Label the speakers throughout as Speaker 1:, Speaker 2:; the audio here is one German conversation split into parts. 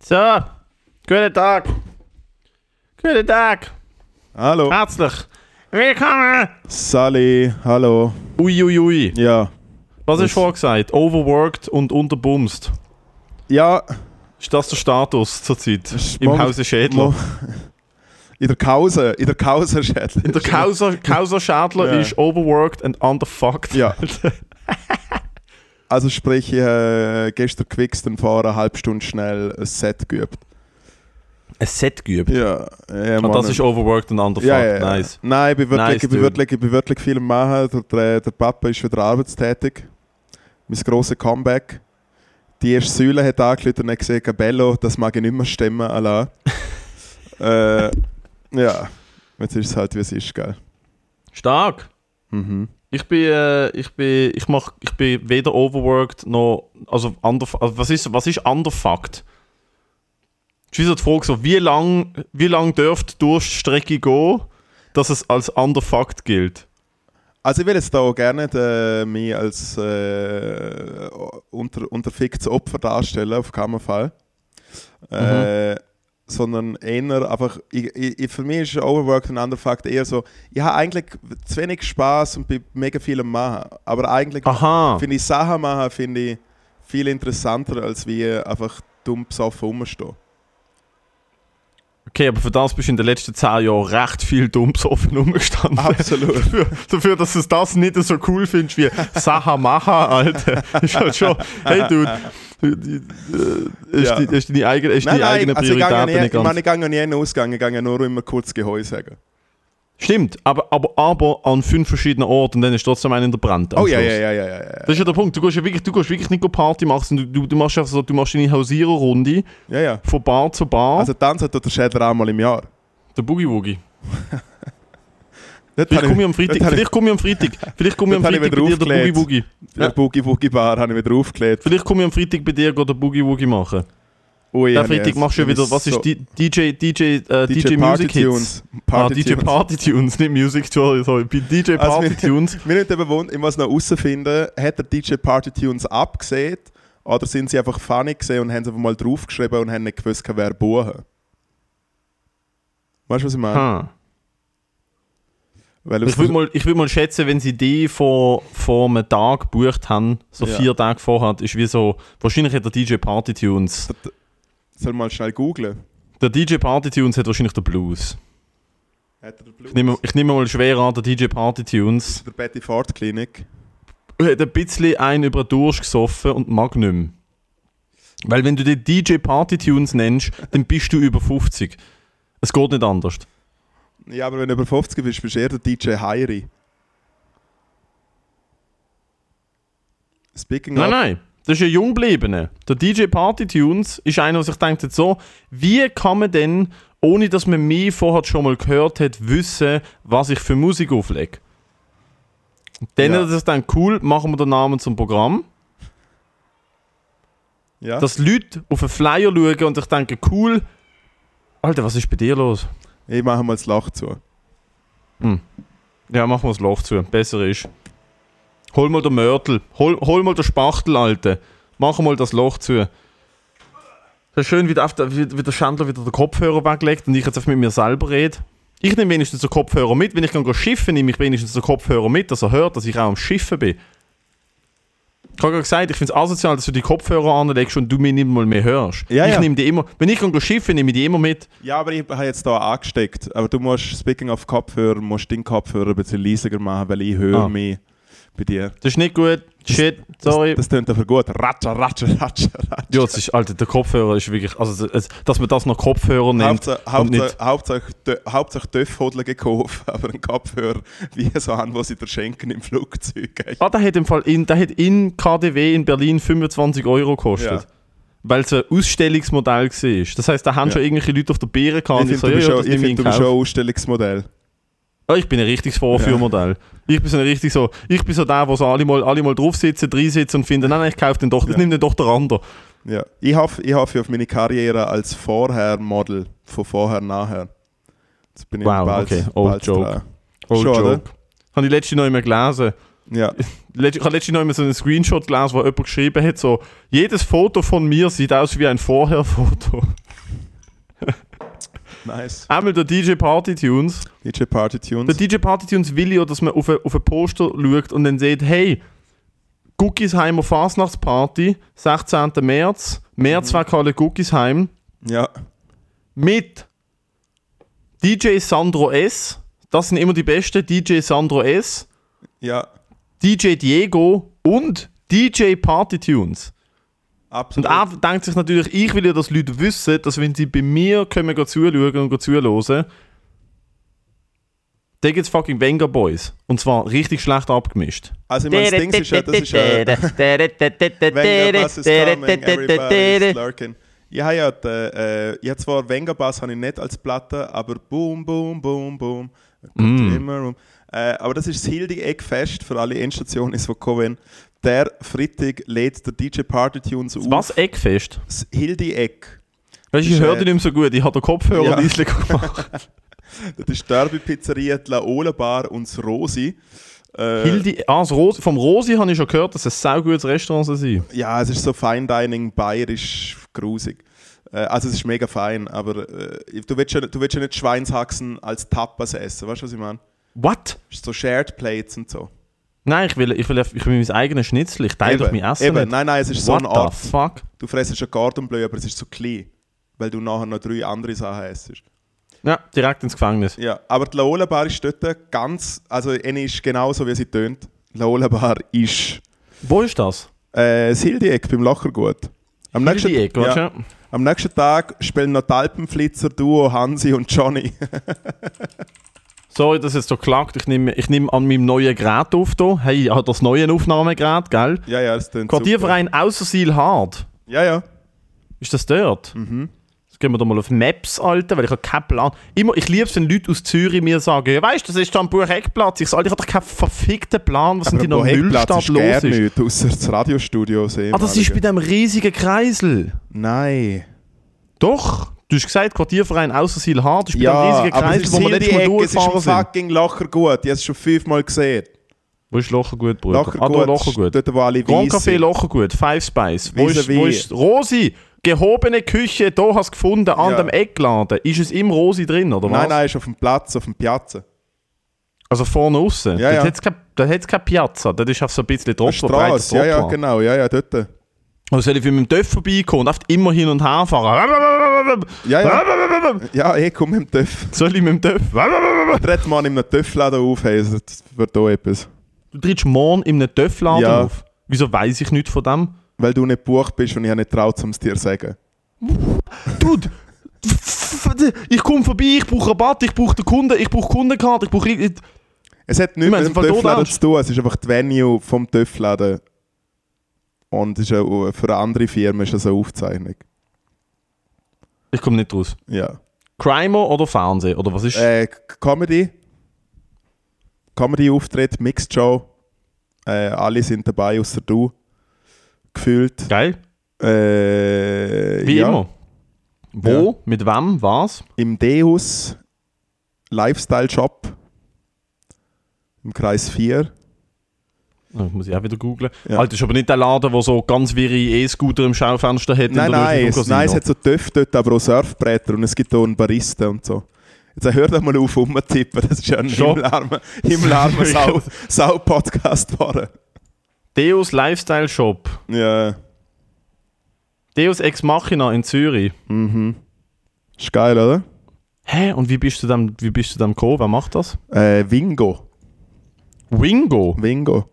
Speaker 1: So, guten Tag. Guten Tag.
Speaker 2: Hallo.
Speaker 1: Herzlich willkommen.
Speaker 2: Sally, hallo.
Speaker 1: Uiuiui. Ui, ui.
Speaker 2: Ja.
Speaker 1: Was
Speaker 2: Was-
Speaker 1: ist vorgesagt? Overworked und unterbumst.
Speaker 2: Ja,
Speaker 1: Ist das der Status zurzeit
Speaker 2: ist
Speaker 1: im
Speaker 2: moment-
Speaker 1: Hause Schädler?
Speaker 2: mo- in der Kause, in der Kause Schädler.
Speaker 1: In der Causa, Causa Schädler
Speaker 2: Ja.
Speaker 1: ist overworked and underfucked.
Speaker 2: Ja. Also sprich, ich habe gestern Quickstern fahren, eine halbe Stunde schnell ein Set geübt.
Speaker 1: Ein Set geübt.
Speaker 2: Ja, ja
Speaker 1: und Ah, das
Speaker 2: Mann.
Speaker 1: ist overworked and underfucked.
Speaker 2: ja, ja, ja.
Speaker 1: Nice.
Speaker 2: Nein, ich bin wirklich,
Speaker 1: Nice,
Speaker 2: ich bin
Speaker 1: Dude.
Speaker 2: wirklich, ich bin wirklich viel am machen. Der, der, der Papa ist wieder arbeitstätig. Mein grosses Comeback. Die erste Säule hat angerufen und hat gesagt, Bello, das mag ich nicht mehr stemmen, allein. äh, ja, jetzt ist es halt, wie es ist, gell.
Speaker 1: Stark.
Speaker 2: Mhm.
Speaker 1: Ich bin, äh, ich bin, ich mach, ich bin weder overworked noch, also, under, also was ist, was ist underfucked? Das ist wie so die Frage so, wie lang, wie lang dürft Durststrecke gehen, dass es als underfucked gilt?
Speaker 2: Also ich will jetzt da auch gerne äh, mich als äh, unter, unterficktes Opfer darstellen, auf keinen Fall.
Speaker 1: Mhm.
Speaker 2: Äh, sondern eher einfach, ich, ich, ich- für mich ist Overworked ein anderer Fakt eher so, ich habe eigentlich zu wenig Spaß und bin mega viel am Machen. Aber
Speaker 1: Ah.
Speaker 2: eigentlich
Speaker 1: Aha.
Speaker 2: finde ich Sachen machen finde ich viel interessanter, als wie einfach dumm besoffen rumstehen.
Speaker 1: Okay, aber für das bist du in den letzten 10 Jahren recht viel dummes offen umgestanden.
Speaker 2: Absolut.
Speaker 1: dafür, dafür, dass du das nicht so cool findest wie Saha Maha, Alter. Ist halt schon, hey Dude, äh, ist,
Speaker 2: Ja.
Speaker 1: die, ist deine eigene, ist die eigene
Speaker 2: also ich gehe ja
Speaker 1: Priorität
Speaker 2: nie,
Speaker 1: nicht
Speaker 2: ich
Speaker 1: ganz.
Speaker 2: meine, ich gehe ja nie in den Ausgang, ich gehe ja nur immer kurz Geheu sagen.
Speaker 1: Stimmt, aber, aber, aber an fünf verschiedenen Orten, dann ist trotzdem einer in der Brand. am
Speaker 2: Oh ja,
Speaker 1: Schluss.
Speaker 2: ja, ja, ja, ja, ja.
Speaker 1: Das ist ja der Punkt. Du gehst ja wirklich, du gehst wirklich nicht Party machen, sondern du, du machst einfach so, du machst deine Hausiererrunde
Speaker 2: ja, ja.
Speaker 1: von Bar zu Bar.
Speaker 2: Also tanzen tut der Schädler einmal im Jahr.
Speaker 1: der Boogie Woogie.
Speaker 2: Dort
Speaker 1: Vielleicht
Speaker 2: habe
Speaker 1: komme ich
Speaker 2: ich,
Speaker 1: am Freitag,
Speaker 2: das hab ich-
Speaker 1: vielleicht komme ich am Freitag, vielleicht komme ich am
Speaker 2: Das hab ich
Speaker 1: Freitag bei
Speaker 2: wieder
Speaker 1: dir der Boogie
Speaker 2: aufgelegt.
Speaker 1: Woogie.
Speaker 2: der Boogie Woogie Bar habe ich wieder aufgelegt.
Speaker 1: Vielleicht komme ich am Freitag bei dir go der Boogie Woogie machen.
Speaker 2: Ui,
Speaker 1: Der
Speaker 2: habe ich
Speaker 1: Freitag
Speaker 2: jetzt-
Speaker 1: machst du ja wieder, was ist
Speaker 2: so-
Speaker 1: die, DJ, DJ, äh, DJ,
Speaker 2: Party
Speaker 1: Music Hits?
Speaker 2: Tunes.
Speaker 1: Ah,
Speaker 2: Party
Speaker 1: DJ
Speaker 2: Tunes.
Speaker 1: Party Tunes, nicht Music Tour, sorry, DJ
Speaker 2: Also
Speaker 1: Party
Speaker 2: wir-
Speaker 1: Tunes.
Speaker 2: Mir nicht überwunden, ich muss noch herausfinden, hat der DJ Party Tunes abgesehen oder sind sie einfach funny gesehen und haben es einfach mal draufgeschrieben und haben nicht gewusst, wer buchen. Weißt du, was ich meine?
Speaker 1: Ha.
Speaker 2: Weil
Speaker 1: Ich würde mal, ich würd mal schätzen, wenn sie die vor, vor einem Tag gebucht haben, so
Speaker 2: Ja.
Speaker 1: vier Tage vorher, ist wie so, wahrscheinlich hat der DJ Partytunes,
Speaker 2: soll mal schnell googlen.
Speaker 1: der DJ Partytunes hat wahrscheinlich den Blues.
Speaker 2: Hat er den Blues?
Speaker 1: Ich nehme, ich nehme mal schwer an, der DJ Partytunes
Speaker 2: der Betty Ford Klinik.
Speaker 1: hat ein bisschen einen über den Durst gesoffen und mag nicht mehr. Weil wenn du den DJ Partytunes nennst, dann bist du über 50. Es geht nicht anders.
Speaker 2: Ja, aber wenn du über 50 bist, bist du eher der DJ Heiri. Speaking
Speaker 1: Nein,
Speaker 2: of,
Speaker 1: nein. Das ist ein Jungbliebener. Der DJ Party Tunes ist einer, der sich denkt jetzt so, wie kann man denn, ohne dass man mich vorher schon mal gehört hat, wissen, was ich für Musik auflege? Und Dann
Speaker 2: Ja.
Speaker 1: hat er sich dann cool, machen wir den Namen zum Programm,
Speaker 2: ja?
Speaker 1: dass Leute auf einen Flyer schauen und sich denken, cool, Alter, was ist bei dir los?
Speaker 2: ich mache mal das Lach zu.
Speaker 1: Ja, machen wir das Loch zu, besser ist. Hol mal den Mörtel, hol, hol mal den Spachtel, Alter. Mach mal das Loch zu. So schön, wie der, wie wie der Schandler wieder den Kopfhörer weglegt und ich jetzt einfach mit mir selber rede. Ich nehme wenigstens den Kopfhörer mit. Wenn ich dann schiffen nehme ich wenigstens den Kopfhörer mit, dass er hört, dass ich auch am Schiffen bin. Ich habe gerade gesagt, ich finde es asozial, dass du die Kopfhörer anlegst und du mich nicht mal mehr hörst.
Speaker 2: Ja,
Speaker 1: ich
Speaker 2: ja.
Speaker 1: nehme die immer, wenn ich dann schiffen, nehme ich die immer mit.
Speaker 2: Ja, aber ich habe jetzt hier angesteckt. Aber du musst, speaking of Kopfhörer, musst deinen Kopfhörer ein bisschen leiser machen, weil ich höre
Speaker 1: Ah.
Speaker 2: mich bei dir.
Speaker 1: Das ist nicht gut. Shit, sorry.
Speaker 2: Das tönt aber gut. Ratscher, ratscher, ratscher, ratscher.
Speaker 1: Ja, das ist, Alter, der Kopfhörer ist wirklich, also es- dass man das noch Kopfhörer nennt.
Speaker 2: Hauptsache,
Speaker 1: und nicht-
Speaker 2: Hauptsache, Hauptsache, Dö- Hauptsache Döffhodeln gekauft, aber einen Kopfhörer wie so an, wo sie dir schenken im Flugzeug. gell?
Speaker 1: Ah, der hat im Fall in, der hat in KDW in Berlin 25 Euro gekostet.
Speaker 2: Ja.
Speaker 1: Weil es ein Ausstellungsmodell war. Das heisst, da haben
Speaker 2: Ja.
Speaker 1: schon irgendwelche Leute auf der Beere gehabt.
Speaker 2: Ich
Speaker 1: und so,
Speaker 2: finde, du
Speaker 1: ja,
Speaker 2: bist
Speaker 1: ja,
Speaker 2: schon-
Speaker 1: das
Speaker 2: ich
Speaker 1: nehme ich in
Speaker 2: finde, du bist schon
Speaker 1: Kauf.
Speaker 2: ein Ausstellungsmodell.
Speaker 1: Ah, ich bin ein richtiges Vorführmodell. Ich bin so ein richtig so, ich bin so der, wo so alle mal, alle mal drauf sitzen, drin sitzen und finden, nein, nein, ich kaufe den doch, ich
Speaker 2: Ja.
Speaker 1: nehme den doch der andere.
Speaker 2: Ja. Ich hoffe, ich hoffe auf meine Karriere als Vorher-Model, von vorher nachher. Jetzt bin ich
Speaker 1: Wow, okay. Old joke.
Speaker 2: dran.
Speaker 1: Oh,
Speaker 2: Schon, oder?
Speaker 1: Joke. Habe ich letzte noch immer gelesen.
Speaker 2: Ja.
Speaker 1: Letzt- Ich habe letztens noch immer so einen Screenshot gelesen, wo jemand geschrieben hat, so, jedes Foto von mir sieht aus wie ein Vorherfoto.
Speaker 2: Nice.
Speaker 1: Einmal der DJ Party Tunes.
Speaker 2: DJ Party
Speaker 1: Der
Speaker 2: Tunes.
Speaker 1: DJ Party Tunes will ja, dass man auf ein, auf ein Poster schaut und dann sieht, hey, Guckisheimer Fasnachtsparty, 16. März, Märzvakale Guckisheim,
Speaker 2: Ja.
Speaker 1: mit DJ Sandro S. Das sind immer die besten, DJ Sandro S.
Speaker 2: Ja.
Speaker 1: DJ Diego und DJ Party Tunes. Und
Speaker 2: Absolut.
Speaker 1: er denkt sich natürlich, ich will ja, dass Leute wissen, dass wenn sie bei mir kommen, gehen zuschauen und gehen zuhören, dann gibt es fucking Venga Boys. Und zwar richtig schlecht abgemischt.
Speaker 2: also ich meine, das Ding ist ja, das ist ja... Venga Bass is coming, everybody is lurking. Ich habe ja, die, äh, ich hab zwar Venga Bass habe ich nicht als Platte, aber Boom, Boom, Boom, Boom. Kommt
Speaker 1: Mm.
Speaker 2: immer um. Äh, aber das ist das Hildig Eckfest für alle Endstationen, die kommen. Der Freitag lädt der DJ Party Tunes auf.
Speaker 1: Was? Eckfest?
Speaker 2: Das Hildi Eck.
Speaker 1: Weißt du, ich
Speaker 2: Ist,
Speaker 1: höre
Speaker 2: äh,
Speaker 1: dich nicht mehr so gut. Ich habe den Kopfhörer
Speaker 2: Ja.
Speaker 1: ja. leise gemacht.
Speaker 2: Das ist die Derby Pizzeria, die Laola Bar und das Rosi. Äh,
Speaker 1: Hildi, ah, das Rosi, vom Rosi habe ich schon gehört, dass es ein saugutes Restaurant soll sein
Speaker 2: Ja, es ist so Fine Dining, bayerisch, grusig. Äh, Also es ist mega fein, aber äh, du, willst ja, du willst ja nicht Schweinshaxen als Tapas essen, weißt du, was ich meine?
Speaker 1: What?
Speaker 2: Es ist So Shared Plates und so.
Speaker 1: Nein, ich will, ich will, ich will mein eigenes Schnitzel. Ich teile doch mein Essen
Speaker 2: eben.
Speaker 1: nicht.
Speaker 2: Nein, nein, es ist so
Speaker 1: What
Speaker 2: eine Art.
Speaker 1: the fuck?
Speaker 2: Du fressest ein Cordon Bleu, aber es ist so klein, weil du nachher noch drei andere Sachen essest.
Speaker 1: Ja, direkt ins Gefängnis.
Speaker 2: Ja, aber die Laola Bar ist dort ganz, also eine ist genauso, wie sie tönt. Die Laola Bar ist
Speaker 1: Wo ist das?
Speaker 2: äh, das Hildieck beim Lochergut. Am nächsten-
Speaker 1: Hildi Eck, weißt
Speaker 2: ja.
Speaker 1: du?
Speaker 2: Am nächsten Tag spielen noch die Alpenflitzer Duo Hansi und Johnny.
Speaker 1: Sorry, dass jetzt so klagt. Ich nehme, ich nehme an meinem neuen Gerät auf. Da. Hey, ich habe das neue Aufnahmegerät, gell?
Speaker 2: ja, ja, das tönt
Speaker 1: Quartierverein Aussersiel Hard.
Speaker 2: super. Ja, ja.
Speaker 1: Ist das dort? Mhm. Jetzt gehen wir da mal auf Maps, Alter, weil ich habe keinen Plan. Immer, ich liebe es, wenn Leute aus Zürich mir sagen, ja, weißt du, das ist da am Bucheckplatz. Ich, so, Alter, ich habe doch keinen verfickten Plan, was denn in der
Speaker 2: Wo Heckplatz
Speaker 1: Müllstadt
Speaker 2: ist
Speaker 1: los ist.
Speaker 2: gar nichts, außer das Radiostudio. das
Speaker 1: Ah, das
Speaker 2: ehemalige.
Speaker 1: ist bei dem riesigen Kreisel.
Speaker 2: Nein.
Speaker 1: Doch. Du hast gesagt, Quartierverein Aussersiel Hard ist bei dem
Speaker 2: Ja,
Speaker 1: riesigen
Speaker 2: aber es
Speaker 1: Kreisel,
Speaker 2: ist
Speaker 1: wo wir letztes Mal
Speaker 2: Hildi-Ecke, es ist
Speaker 1: durchgefahren
Speaker 2: ein
Speaker 1: sind.
Speaker 2: fucking Lochergut. Ich habe es schon fünfmal gesehen.
Speaker 1: Wo ist Lochergut, Bruder? ah, da,
Speaker 2: Lochergut,
Speaker 1: Lochergut.
Speaker 2: dort wo alle
Speaker 1: Grand
Speaker 2: weiss
Speaker 1: Café
Speaker 2: sind.
Speaker 1: Lochergut, Five Spice. Wo ist, wo
Speaker 2: Vis-à-vis.
Speaker 1: ist Rosi? Gehobene Küche, da hast du gefunden, an
Speaker 2: Ja.
Speaker 1: dem Eckladen. Ist es im Rosi drin, oder was?
Speaker 2: Nein, nein, ist auf dem Platz, auf dem Piazza.
Speaker 1: Also vorne außen. Ja,
Speaker 2: Ja, ja.
Speaker 1: da hat es keine, da hat's keine Piazza, da ist auf so ein bisschen
Speaker 2: Eine
Speaker 1: Trottel, breites
Speaker 2: Straße, ja, ja,
Speaker 1: Trottoir.
Speaker 2: genau, ja, ja, dort.
Speaker 1: Also soll ich mit dem Töff vorbeikommen und oft immer hin und her fahren?
Speaker 2: Ja, ja. Ja, eh, komm im Töff.
Speaker 1: Soll ich mit dem Töff?
Speaker 2: Tritt mal in einem Töffladen auf, hey, das wird hier etwas.
Speaker 1: Du trittst morgen in einem Töffladen
Speaker 2: Ja.
Speaker 1: auf. Wieso weiß ich nichts von dem?
Speaker 2: Weil du nicht bucht bist und ich habe nicht traut, um es dir zu sagen.
Speaker 1: Dude! Ich komme vorbei, ich brauche Rabatt, ich brauche den Kunden, ich brauche Kundenkarte, ich brauche...
Speaker 2: Es hat nichts
Speaker 1: meine,
Speaker 2: mit dem
Speaker 1: es ist voll
Speaker 2: Töffladen
Speaker 1: tot,
Speaker 2: zu tun, es ist einfach das Venue vom Töffladen. Und es ist auch, für eine andere Firma ist das eine Aufzeichnung.
Speaker 1: Ich komme nicht raus.
Speaker 2: Ja.
Speaker 1: Crimer oder Fernsehen? Oder was ist?
Speaker 2: Äh, K- Comedy. Comedy-Auftritt, Mixed Show. Äh, alle sind dabei, außer du. Gefühlt.
Speaker 1: Geil.
Speaker 2: Äh,
Speaker 1: Wie
Speaker 2: ja.
Speaker 1: immer. Wo? Mit wem? Was?
Speaker 2: Im Deus Lifestyle Shop. Im Kreis 4.
Speaker 1: Oh, muss ich auch wieder googlen.
Speaker 2: Ja.
Speaker 1: Alter, ist aber nicht der Laden, der so ganz wirre E-Scooter im Schaufenster hat. in
Speaker 2: Nein,
Speaker 1: der Nähe
Speaker 2: nein,
Speaker 1: vom
Speaker 2: es,
Speaker 1: Casino.
Speaker 2: nein, es hat so Töpfe dort, aber auch Surfbretter und es gibt auch einen Barista und so. Jetzt hör doch mal auf rumzutippen, das ist ja ein
Speaker 1: Schon.
Speaker 2: himmelarmer, himmelarmer Sau, Sau-Podcast geworden.
Speaker 1: Deus Lifestyle Shop.
Speaker 2: Ja,
Speaker 1: Deus Ex Machina in Zürich.
Speaker 2: mhm. ist geil, oder?
Speaker 1: Hä? Und wie bist du dem, wie bist du dem gekommen? Wer macht das?
Speaker 2: Äh, Wingo,
Speaker 1: Wingo?
Speaker 2: Wingo.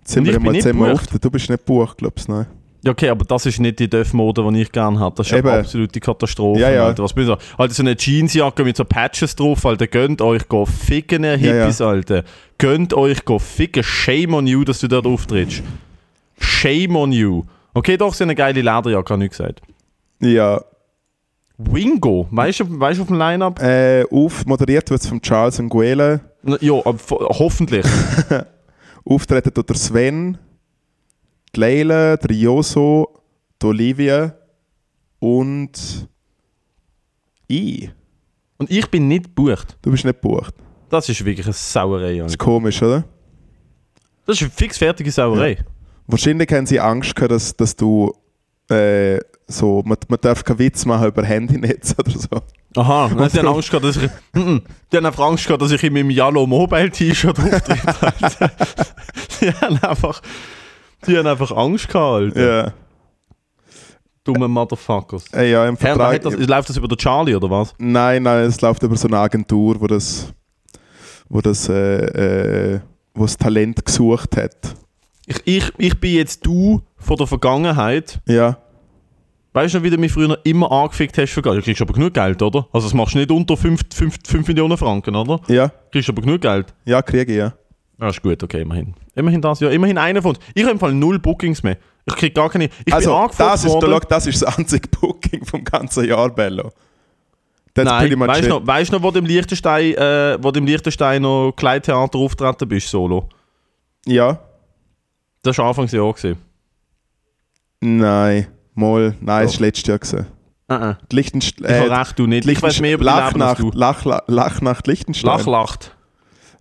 Speaker 2: Jetzt sind
Speaker 1: Und
Speaker 2: wir
Speaker 1: ich bin
Speaker 2: mal
Speaker 1: nicht
Speaker 2: zusammen auf,
Speaker 1: gebucht.
Speaker 2: du bist nicht Buch, glaubst du, nein?
Speaker 1: Ja, okay, aber das ist nicht die Dörfmode, die ich gerne habe. Das ist
Speaker 2: Eben.
Speaker 1: eine absolute Katastrophe.
Speaker 2: Ja, ja.
Speaker 1: Alter. Was bin ich? Alter, so eine Jeansjacke mit so Patches drauf, Alter. Gönnt euch, go ficken, ihr
Speaker 2: Ja,
Speaker 1: Hippies, Alter. Gönnt euch, go ficken. Shame on you, dass du dort auftrittst. Shame on you. Okay, doch, so eine geile Lederjacke, habe ich gesagt.
Speaker 2: Ja,
Speaker 1: Wingo, weißt du weißt du auf dem Line-Up?
Speaker 2: äh, auf, moderiert wird es von Charles Nguele.
Speaker 1: Na, Ja, aber fo- hoffentlich.
Speaker 2: Auftreten tut der Sven, die Leila, der Joso, die Olivia und ich.
Speaker 1: Und ich bin nicht gebucht.
Speaker 2: Du bist nicht gebucht.
Speaker 1: Das ist wirklich eine Sauerei,
Speaker 2: Das ist
Speaker 1: Alter.
Speaker 2: komisch, oder?
Speaker 1: Das ist eine fix fertige Sauerei.
Speaker 2: Wahrscheinlich haben sie Angst gehabt, dass, dass du äh, so, man, man darf keinen Witz machen über Handynetz oder so.
Speaker 1: Aha, nein, die haben Angst gehabt, dass ich. Mhm. die haben einfach Angst gehabt, dass ich in meinem Yellow Mobile T-Shirt auftrete. Alter. die haben einfach. Die haben einfach Angst gehabt, Alter.
Speaker 2: Ja,
Speaker 1: Dumme Motherfuckers.
Speaker 2: Äh, ja im
Speaker 1: Herr,
Speaker 2: Vertrag.
Speaker 1: hat das, läuft das über den Charlie oder was?
Speaker 2: Nein, nein, es läuft über so eine Agentur, wo das, wo das, äh, äh, wo das Talent gesucht hat.
Speaker 1: Ich, ich, ich bin jetzt du von der Vergangenheit.
Speaker 2: Ja.
Speaker 1: Weißt du noch, wie du mich früher immer angefickt hast für Geld? Du kriegst aber genug Geld, oder? Also, das machst du nicht unter 5, Millionen Franken, oder? Du
Speaker 2: Ja,
Speaker 1: kriegst aber genug Geld.
Speaker 2: ja, kriege ich, ja.
Speaker 1: Ja, ist gut, okay, immerhin. Immerhin das, ja. Immerhin einer von uns. Ich habe im Fall null Bookings mehr. Ich krieg gar keine. Ich bin
Speaker 2: also,
Speaker 1: angefragt
Speaker 2: das ist,
Speaker 1: worden.
Speaker 2: da, schau, das ist das einzige Booking vom ganzen Jahr, Bello. That's pretty
Speaker 1: Nein,
Speaker 2: much
Speaker 1: weißt
Speaker 2: it.
Speaker 1: du noch, weißt du noch, wo du im Liechtenstein, äh, wo du im Liechtensteiner Kleintheater auftreten bist, solo?
Speaker 2: Ja.
Speaker 1: Das war Anfangsjahr. gewesen.
Speaker 2: Nein, mal. Nein,
Speaker 1: Doch.
Speaker 2: es war letztes Jahr. Gewesen.
Speaker 1: Äh, äh.
Speaker 2: Die Lichtenst
Speaker 1: Ich hab recht, du nicht. Ich weiß mehr über dein Leben als
Speaker 2: Lachnacht,
Speaker 1: du.
Speaker 2: Lach, Lach, Lachnacht Liechtenstein.
Speaker 1: Lachlacht.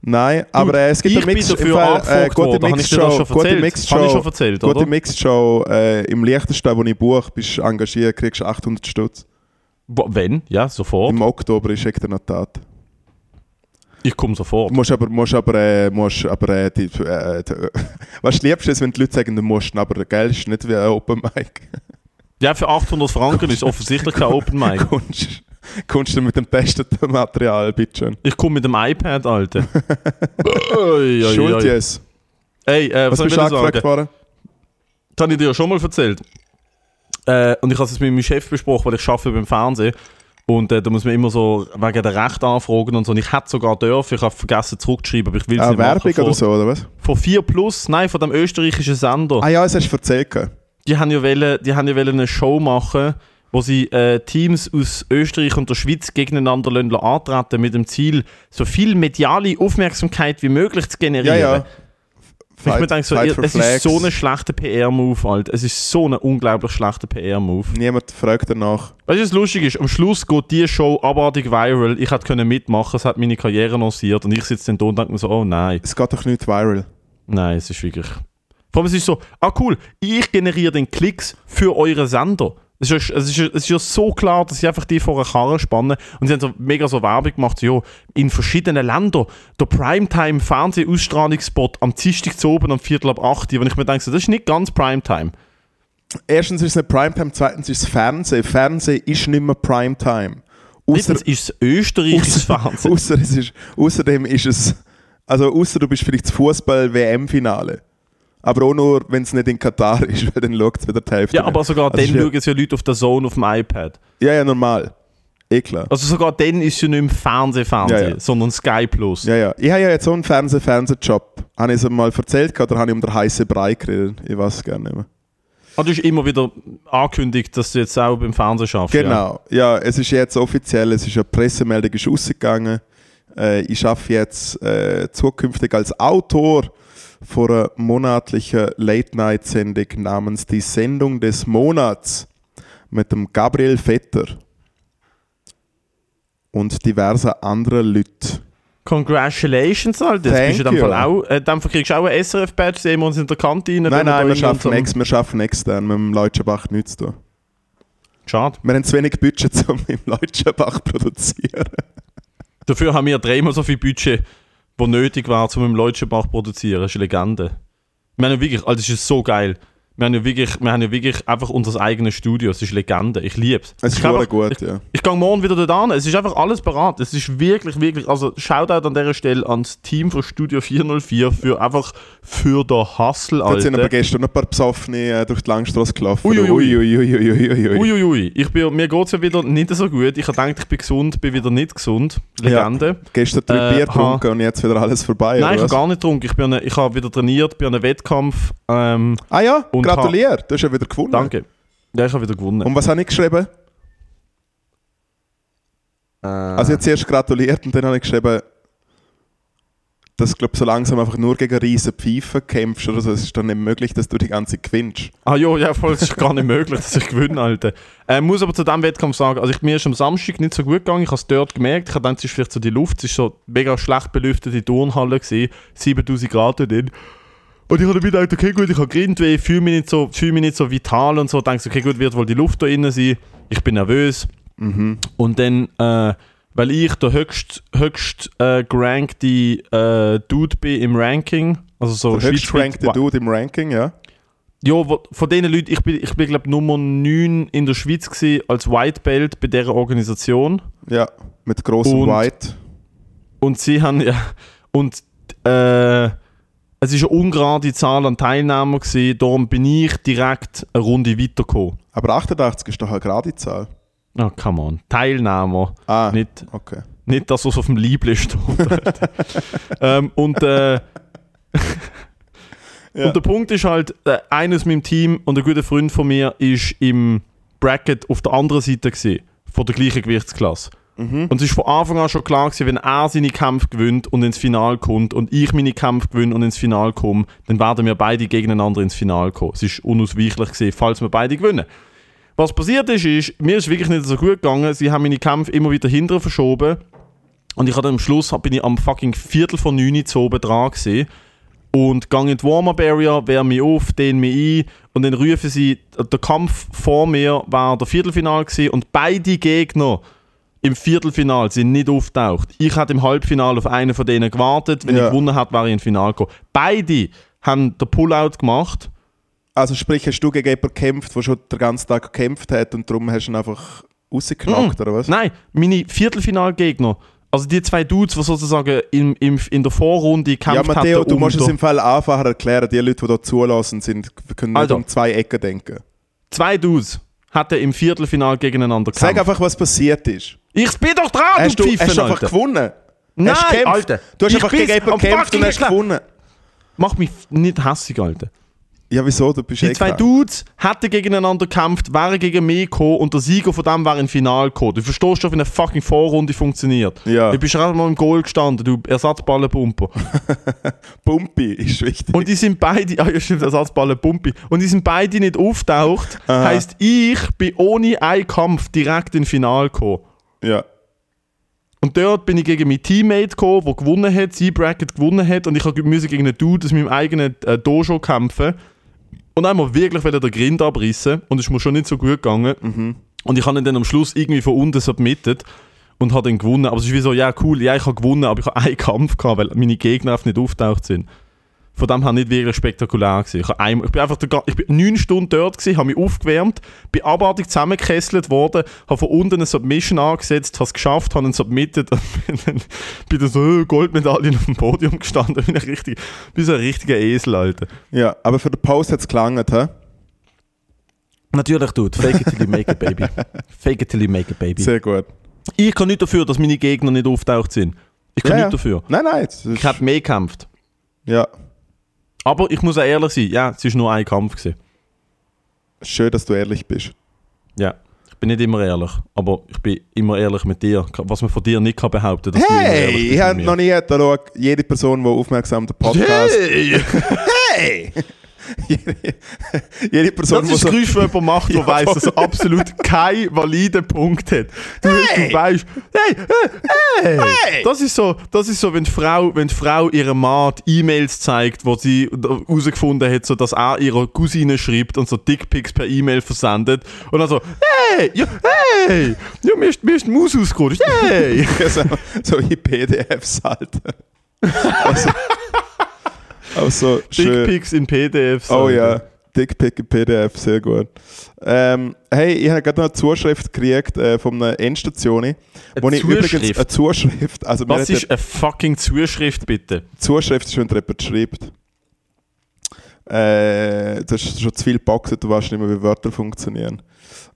Speaker 2: Nein, aber äh, es gibt
Speaker 1: ich
Speaker 2: eine
Speaker 1: bin
Speaker 2: Mix
Speaker 1: dafür
Speaker 2: im Fall,
Speaker 1: angefragt worden. Habe ich dir das
Speaker 2: Mixshow-
Speaker 1: schon erzählt?
Speaker 2: gute
Speaker 1: Habe ich schon
Speaker 2: Mixshow,
Speaker 1: erzählt,
Speaker 2: gute
Speaker 1: oder?
Speaker 2: Mixshow äh, im Liechtenstein, wo ich buche, bist du engagiert, kriegst du 800 Stutz.
Speaker 1: Wo- Wenn? Ja, sofort.
Speaker 2: Im Oktober ist echt eine Tat.
Speaker 1: Ich komme sofort.
Speaker 2: Du musst aber, musst aber, äh, musst aber äh, die, äh, die, was liebst du, ist, wenn die Leute sagen, du musst, aber gell, ist nicht wie ein Open Mic.
Speaker 1: Ja, für 800 Franken ist offensichtlich kein Open Mic.
Speaker 2: kommst, kommst du mit dem testeten Material, bitte schön.
Speaker 1: Ich komme mit dem iPad, Alter. Ui, ui, ui.
Speaker 2: Schuld, yes.
Speaker 1: Ey, äh, was,
Speaker 2: Was
Speaker 1: soll ich
Speaker 2: bist du
Speaker 1: dir
Speaker 2: angefragt
Speaker 1: sagen?
Speaker 2: worden?
Speaker 1: Das habe ich dir ja schon mal erzählt. Äh, und ich habe es mit meinem Chef besprochen, weil ich arbeite beim Fernsehen. Und äh, da muss man immer so wegen der Rechte anfragen und so. Und ich hätte sogar dürfen, ich habe vergessen zurückzuschreiben, aber ich will es
Speaker 2: Ah,
Speaker 1: nicht
Speaker 2: Werbung
Speaker 1: machen. Von,
Speaker 2: oder so, oder was?
Speaker 1: von 4 Plus, nein, von dem österreichischen Sender.
Speaker 2: Ah ja, es hast du erzählt. gell?
Speaker 1: Die haben ja, wollen, die haben ja wollen eine Show machen, wo sie äh, Teams aus Österreich und der Schweiz gegeneinander lassen antreten mit dem Ziel, so viel mediale Aufmerksamkeit wie möglich zu generieren.
Speaker 2: Ja, ja.
Speaker 1: Ich mir denke so,
Speaker 2: Fight
Speaker 1: ihr,
Speaker 2: for
Speaker 1: es
Speaker 2: Flags.
Speaker 1: ist so ein schlechter PR-Move, Alter. Es ist so ein unglaublich schlechter PR-Move.
Speaker 2: Niemand fragt danach.
Speaker 1: Weißt du, was lustig ist? Am Schluss geht diese Show abartig viral. Ich hätte können mitmachen, es hat meine Karriere lanciert und ich sitze dann da und denke mir so, oh nein.
Speaker 2: Es geht doch nicht viral.
Speaker 1: Nein, es ist wirklich. Vor allem, es ist so, ah cool, ich generiere den Klicks für euren Sender. Es ist, ja- es, ist, ja- es ist ja so klar, dass sie einfach die vor eine Karre spannen und sie haben so mega so Werbung gemacht, so, jo, in verschiedenen Ländern, der Primetime-Fernsehausstrahlungsspot am Dienstag zu oben am Viertel ab 8 Uhr, wenn ich mir denke, so, das ist nicht ganz Primetime.
Speaker 2: Erstens ist es nicht Primetime, zweitens ist es Fernsehen. Fernsehen ist nicht mehr Primetime. Ausser-
Speaker 1: Drittens ist es österreichisches Fernsehen.
Speaker 2: ausser es ist- Außerdem ist es. Also, außer du bist vielleicht das Fußball-WM-Finale. Aber auch nur, wenn es nicht in Katar ist, weil dann schaut es wieder die Hälfte.
Speaker 1: Ja,
Speaker 2: nicht.
Speaker 1: aber sogar
Speaker 2: Also
Speaker 1: dann
Speaker 2: ist
Speaker 1: schauen es ja Leute auf der Zone auf dem iPad.
Speaker 2: ja, ja, ja, normal. Eh klar.
Speaker 1: Also sogar dann ist es ja nicht im Fernseh-Fernsehen,
Speaker 2: Ja, ja.
Speaker 1: sondern Sky Plus.
Speaker 2: Ja, ja. Ich habe ja jetzt so einen Fernseh Fernsehjob. Habe ich es mal erzählt gehabt, oder habe ich um den heißen Brei geredet? Ich weiß es gerne nicht mehr.
Speaker 1: Und du hast immer wieder angekündigt, dass du jetzt auch beim Fernsehen schaffst. Ja.
Speaker 2: Genau, ja. es ist jetzt offiziell, es ist eine Pressemeldung ist rausgegangen. Äh, ich arbeite jetzt äh, zukünftig als Autor vor einer monatlichen Late-Night-Sendung namens Die Sendung des Monats mit dem Gabriel Vetter und diversen anderen Leuten.
Speaker 1: Congratulations, Alter. Jetzt
Speaker 2: Thank
Speaker 1: bist du in dem
Speaker 2: you.
Speaker 1: Fall auch. Äh, in dem Fall kriegst du auch einen SRF-Badge, sehen wir uns in der Kantine.
Speaker 2: Nein,
Speaker 1: wenn da
Speaker 2: nein, wir
Speaker 1: irgendwie
Speaker 2: schaffen,
Speaker 1: so-
Speaker 2: ex, wir schaffen extern, mit dem Leutschenbach nichts zu tun.
Speaker 1: Schade.
Speaker 2: Wir haben zu wenig Budget, um im Leutschenbach zu produzieren.
Speaker 1: Dafür haben wir dreimal so viel Budget, wo nötig war, um im Leutschenbach zu produzieren. Das ist eine Legende. Wir haben ja wirklich, also es ist so geil. Wir haben ja wirklich, wir haben ja wirklich einfach unser eigenes Studio. Es ist eine Legende. Ich liebe es.
Speaker 2: Es
Speaker 1: Ich
Speaker 2: ist
Speaker 1: kann
Speaker 2: wirklich
Speaker 1: einfach-
Speaker 2: gut, ja.
Speaker 1: Ich gehe morgen wieder dort an. Es ist einfach alles bereit. Es ist wirklich, wirklich. Also, Shoutout an dieser Stelle ans Team von Studio 404 für einfach für den Hustle,
Speaker 2: Dort sind aber
Speaker 1: Alter.
Speaker 2: gestern noch ein paar Besoffene äh, durch die Langstrasse gelaufen.
Speaker 1: Ui, ui, ui.
Speaker 2: Uiuiui.
Speaker 1: Uiuiui, ich bin, mir geht es ja wieder nicht so gut. Ich habe gedacht, ich bin gesund, bin wieder nicht gesund. Legende.
Speaker 2: Gestern drei
Speaker 1: Äh,
Speaker 2: Bier
Speaker 1: ha.
Speaker 2: getrunken und jetzt wieder alles
Speaker 1: Nein,
Speaker 2: vorbei.
Speaker 1: ich
Speaker 2: oder
Speaker 1: habe
Speaker 2: was?
Speaker 1: gar nicht getrunken. Ich, bin an- ich habe wieder trainiert, bin an einem Wettkampf. Ähm,
Speaker 2: Ah ja,
Speaker 1: Und ha.
Speaker 2: gratuliere, du hast ja wieder gewonnen.
Speaker 1: danke. Äh. Ja, ich habe wieder gewonnen.
Speaker 2: Und was habe ich geschrieben? Also ich habe zuerst gratuliert und dann habe ich geschrieben, dass glaub, so langsam einfach nur gegen riesen Pfeifen kämpfst oder so. Es ist dann nicht möglich, dass du die ganze Zeit gewinnst.
Speaker 1: Ah jo, ja, voll, es ist gar nicht möglich, dass ich gewinne, Alter. Äh, muss aber zu diesem Wettkampf sagen, also ich, mir ist am Samstag nicht so gut gegangen, ich habe es dort gemerkt, ich habe gedacht, es ist vielleicht so die Luft, es ist so mega schlecht belüftete Turnhalle gewesen, 7000 Grad dort drin. Und ich habe mir gedacht, okay, gut, ich habe Grindweh, fühle mich, nicht so, fühle mich nicht so vital und so. Denkst, okay, gut, wird wohl die Luft da innen sein. Ich bin nervös.
Speaker 2: Mhm.
Speaker 1: Und dann, äh, weil ich der höchst, höchst äh, gerankte äh, Dude bin im Ranking, also so
Speaker 2: Der höchstrankte
Speaker 1: Wa-
Speaker 2: Dude im Ranking, ja.
Speaker 1: Ja, wo- von diesen Leuten, ich bin, ich bin glaube Nummer 9 in der Schweiz gewesen, als White Belt bei dieser Organisation.
Speaker 2: Ja, mit großem
Speaker 1: Und-
Speaker 2: White.
Speaker 1: Und sie haben, ja, und äh, es ist eine ungerade Zahl an Teilnehmern gewesen, darum bin ich direkt eine Runde weitergekommen.
Speaker 2: Aber 88 ist doch eine gerade Zahl.
Speaker 1: Ah, come on. Teilnehmer,
Speaker 2: Ah,
Speaker 1: nicht,
Speaker 2: okay.
Speaker 1: nicht das, was auf dem Liebling steht. Alter. ähm, und, äh,
Speaker 2: Ja.
Speaker 1: und der Punkt ist halt, äh, einer aus meinem Team und ein guter Freund von mir ist im Bracket auf der anderen Seite gewesen, von der gleichen Gewichtsklasse.
Speaker 2: Mhm.
Speaker 1: Und es ist von Anfang an schon klar gewesen, wenn er seine Kämpfe gewinnt und ins Finale kommt und ich meine Kämpfe gewinne und ins Finale komme, dann werden wir beide gegeneinander ins Finale kommen. Es ist unausweichlich gewesen, falls wir beide gewinnen. Was passiert ist, ist, mir ist wirklich nicht so gut gegangen. Sie haben meine Kämpfe immer wieder hinterher verschoben. Und ich hatte am Schluss bin ich am fucking Viertel von 9 Uhr zu oben dran gewesen. Und gang in die Warmer Barrier, wärme mich auf, dehne mich ein. Und dann rufen sie, der Kampf vor mir war der Viertelfinal gewesen und beide Gegner im Viertelfinal sind nicht auftaucht. Ich hatte im Halbfinale auf einen von denen gewartet. Wenn
Speaker 2: Ja.
Speaker 1: ich gewonnen hätte, wäre ich ins Finale gekommen. Beide haben den Pullout gemacht.
Speaker 2: Also sprich, hast du gegen jemanden gekämpft, der schon den ganzen Tag gekämpft hat und darum hast du ihn einfach rausgeknackt, oder was?
Speaker 1: Hm. Nein, meine Viertelfinalgegner, also die zwei Dudes, die sozusagen im, im, in der Vorrunde gekämpft
Speaker 2: Ja, Matteo,
Speaker 1: hatten.
Speaker 2: du
Speaker 1: um
Speaker 2: musst es
Speaker 1: den-
Speaker 2: im Fall einfacher erklären. Die Leute, die da zulassen, sind, können
Speaker 1: Also.
Speaker 2: nicht um zwei Ecken denken.
Speaker 1: zwei Dudes hatten im Viertelfinal gegeneinander
Speaker 2: Sag
Speaker 1: gekämpft.
Speaker 2: einfach, was passiert ist.
Speaker 1: Ich bin doch dran,
Speaker 2: hast du,
Speaker 1: Ah, Pfeifen,
Speaker 2: hast du einfach
Speaker 1: Alter.
Speaker 2: gewonnen?
Speaker 1: Nein,
Speaker 2: hast du gekämpft?
Speaker 1: Alter.
Speaker 2: Du hast
Speaker 1: Ich
Speaker 2: einfach
Speaker 1: bin's
Speaker 2: gegen jemanden
Speaker 1: am
Speaker 2: gekämpft und
Speaker 1: fucking
Speaker 2: hast gewonnen.
Speaker 1: Mach mich nicht hässig, Alter.
Speaker 2: Ja, wieso? Du bist
Speaker 1: Die
Speaker 2: eh
Speaker 1: zwei
Speaker 2: krank.
Speaker 1: Dudes hätten gegeneinander gekämpft, wären gegen mich gekommen und der Sieger von dem wäre ins Finale gekommen. Du verstehst doch, wie eine fucking Vorrunde funktioniert.
Speaker 2: Ja.
Speaker 1: Du bist gerade mal im Goal gestanden, du Ersatzballenpumper.
Speaker 2: Pumpi ist wichtig.
Speaker 1: Und die sind beide, ah ja stimmt, Ersatzballen Pumpi. Und die sind beide nicht auftaucht.
Speaker 2: Aha.
Speaker 1: Heißt, ich bin ohne einen Kampf direkt ins Finale gekommen.
Speaker 2: Ja.
Speaker 1: Und dort bin ich gegen meinen Teammate gekommen, der gewonnen hat, sein Bracket gewonnen hat. Und ich hab- musste gegen einen Dude aus meinem eigenen äh, Dojo kämpfen. Und einmal wirklich wollte der Grind abrissen. Und es ist mir schon nicht so gut gegangen. Und ich habe ihn dann am Schluss irgendwie von unten submitted und habe dann gewonnen. Aber es ist wie so, ja cool, ja ich habe gewonnen, aber ich habe einen Kampf gehabt, weil meine Gegner einfach nicht auftaucht sind. Von dem her nicht wirklich spektakulär gewesen. Ich, hab einmal, ich bin einfach den ga- ich bin neun Stunden dort gewesen, habe mich aufgewärmt, bin abartig zusammengekesselt worden, habe von unten eine Submission angesetzt, habe es geschafft, habe ihn submitted und bin dann, bin dann so äh, Goldmedaille auf dem Podium gestanden. Bin, ein richtig, bin so ein richtiger Esel, Alter.
Speaker 2: ja, aber für den Post hat es gelangt, hä?
Speaker 1: Natürlich, dude. Fake it till you make it, baby. Fake it till you make it, baby.
Speaker 2: Sehr gut.
Speaker 1: Ich kann nicht dafür, dass meine Gegner nicht auftaucht sind. Ich kann
Speaker 2: Ja, ja.
Speaker 1: nicht dafür.
Speaker 2: Nein, nein. Das ist,
Speaker 1: Ich habe mehr gekämpft.
Speaker 2: ja.
Speaker 1: Aber ich muss auch ehrlich sein, ja, es war nur ein Kampf. Gewesen.
Speaker 2: Schön, dass du ehrlich bist.
Speaker 1: Ja. Ich bin nicht immer ehrlich, aber ich bin immer ehrlich mit dir. Was man von dir nicht kann behaupten kann, dass du immer ehrlich
Speaker 2: Hey,
Speaker 1: bist
Speaker 2: ich
Speaker 1: mit
Speaker 2: habe
Speaker 1: mir.
Speaker 2: noch nie da schau, jede Person, die aufmerksam den Podcast.
Speaker 1: Hey!
Speaker 2: Hey! jede, jede Person,
Speaker 1: Das
Speaker 2: die
Speaker 1: ist
Speaker 2: so.
Speaker 1: das Geräusch, was jemand macht, der
Speaker 2: Ja,
Speaker 1: weiss,
Speaker 2: voll.
Speaker 1: dass er absolut keinen validen Punkt hat. Du,
Speaker 2: Hey!
Speaker 1: du weißt, hey, hey, hey. Das, ist so, das ist so, wenn die Frau, wenn die Frau ihrem Mann die E-Mails zeigt, wo sie herausgefunden hat, so, dass er ihrer Cousine schreibt und so Dickpics per E-Mail versendet. Und dann so, hey, ja, hey, ja, mir ist, mir ist die Maus ausgerutscht, hey.
Speaker 2: so, so in PDFs halt. Also, also schön.
Speaker 1: Dickpics in PDFs.
Speaker 2: Oh
Speaker 1: Alter.
Speaker 2: ja, Dickpick in PDF, sehr gut. Ähm, hey, ich habe gerade noch eine Zuschrift gekriegt äh, von einer Endstation. Wo
Speaker 1: Eine
Speaker 2: ich übrigens
Speaker 1: Zuschrift?
Speaker 2: eine Zuschrift, also mir
Speaker 1: Was
Speaker 2: hat
Speaker 1: ist eine fucking Zuschrift, bitte?
Speaker 2: Zuschrift ist, wenn dir jemand schreibt. Äh, du hast schon zu viel geboxt, du weißt nicht mehr, wie Wörter funktionieren.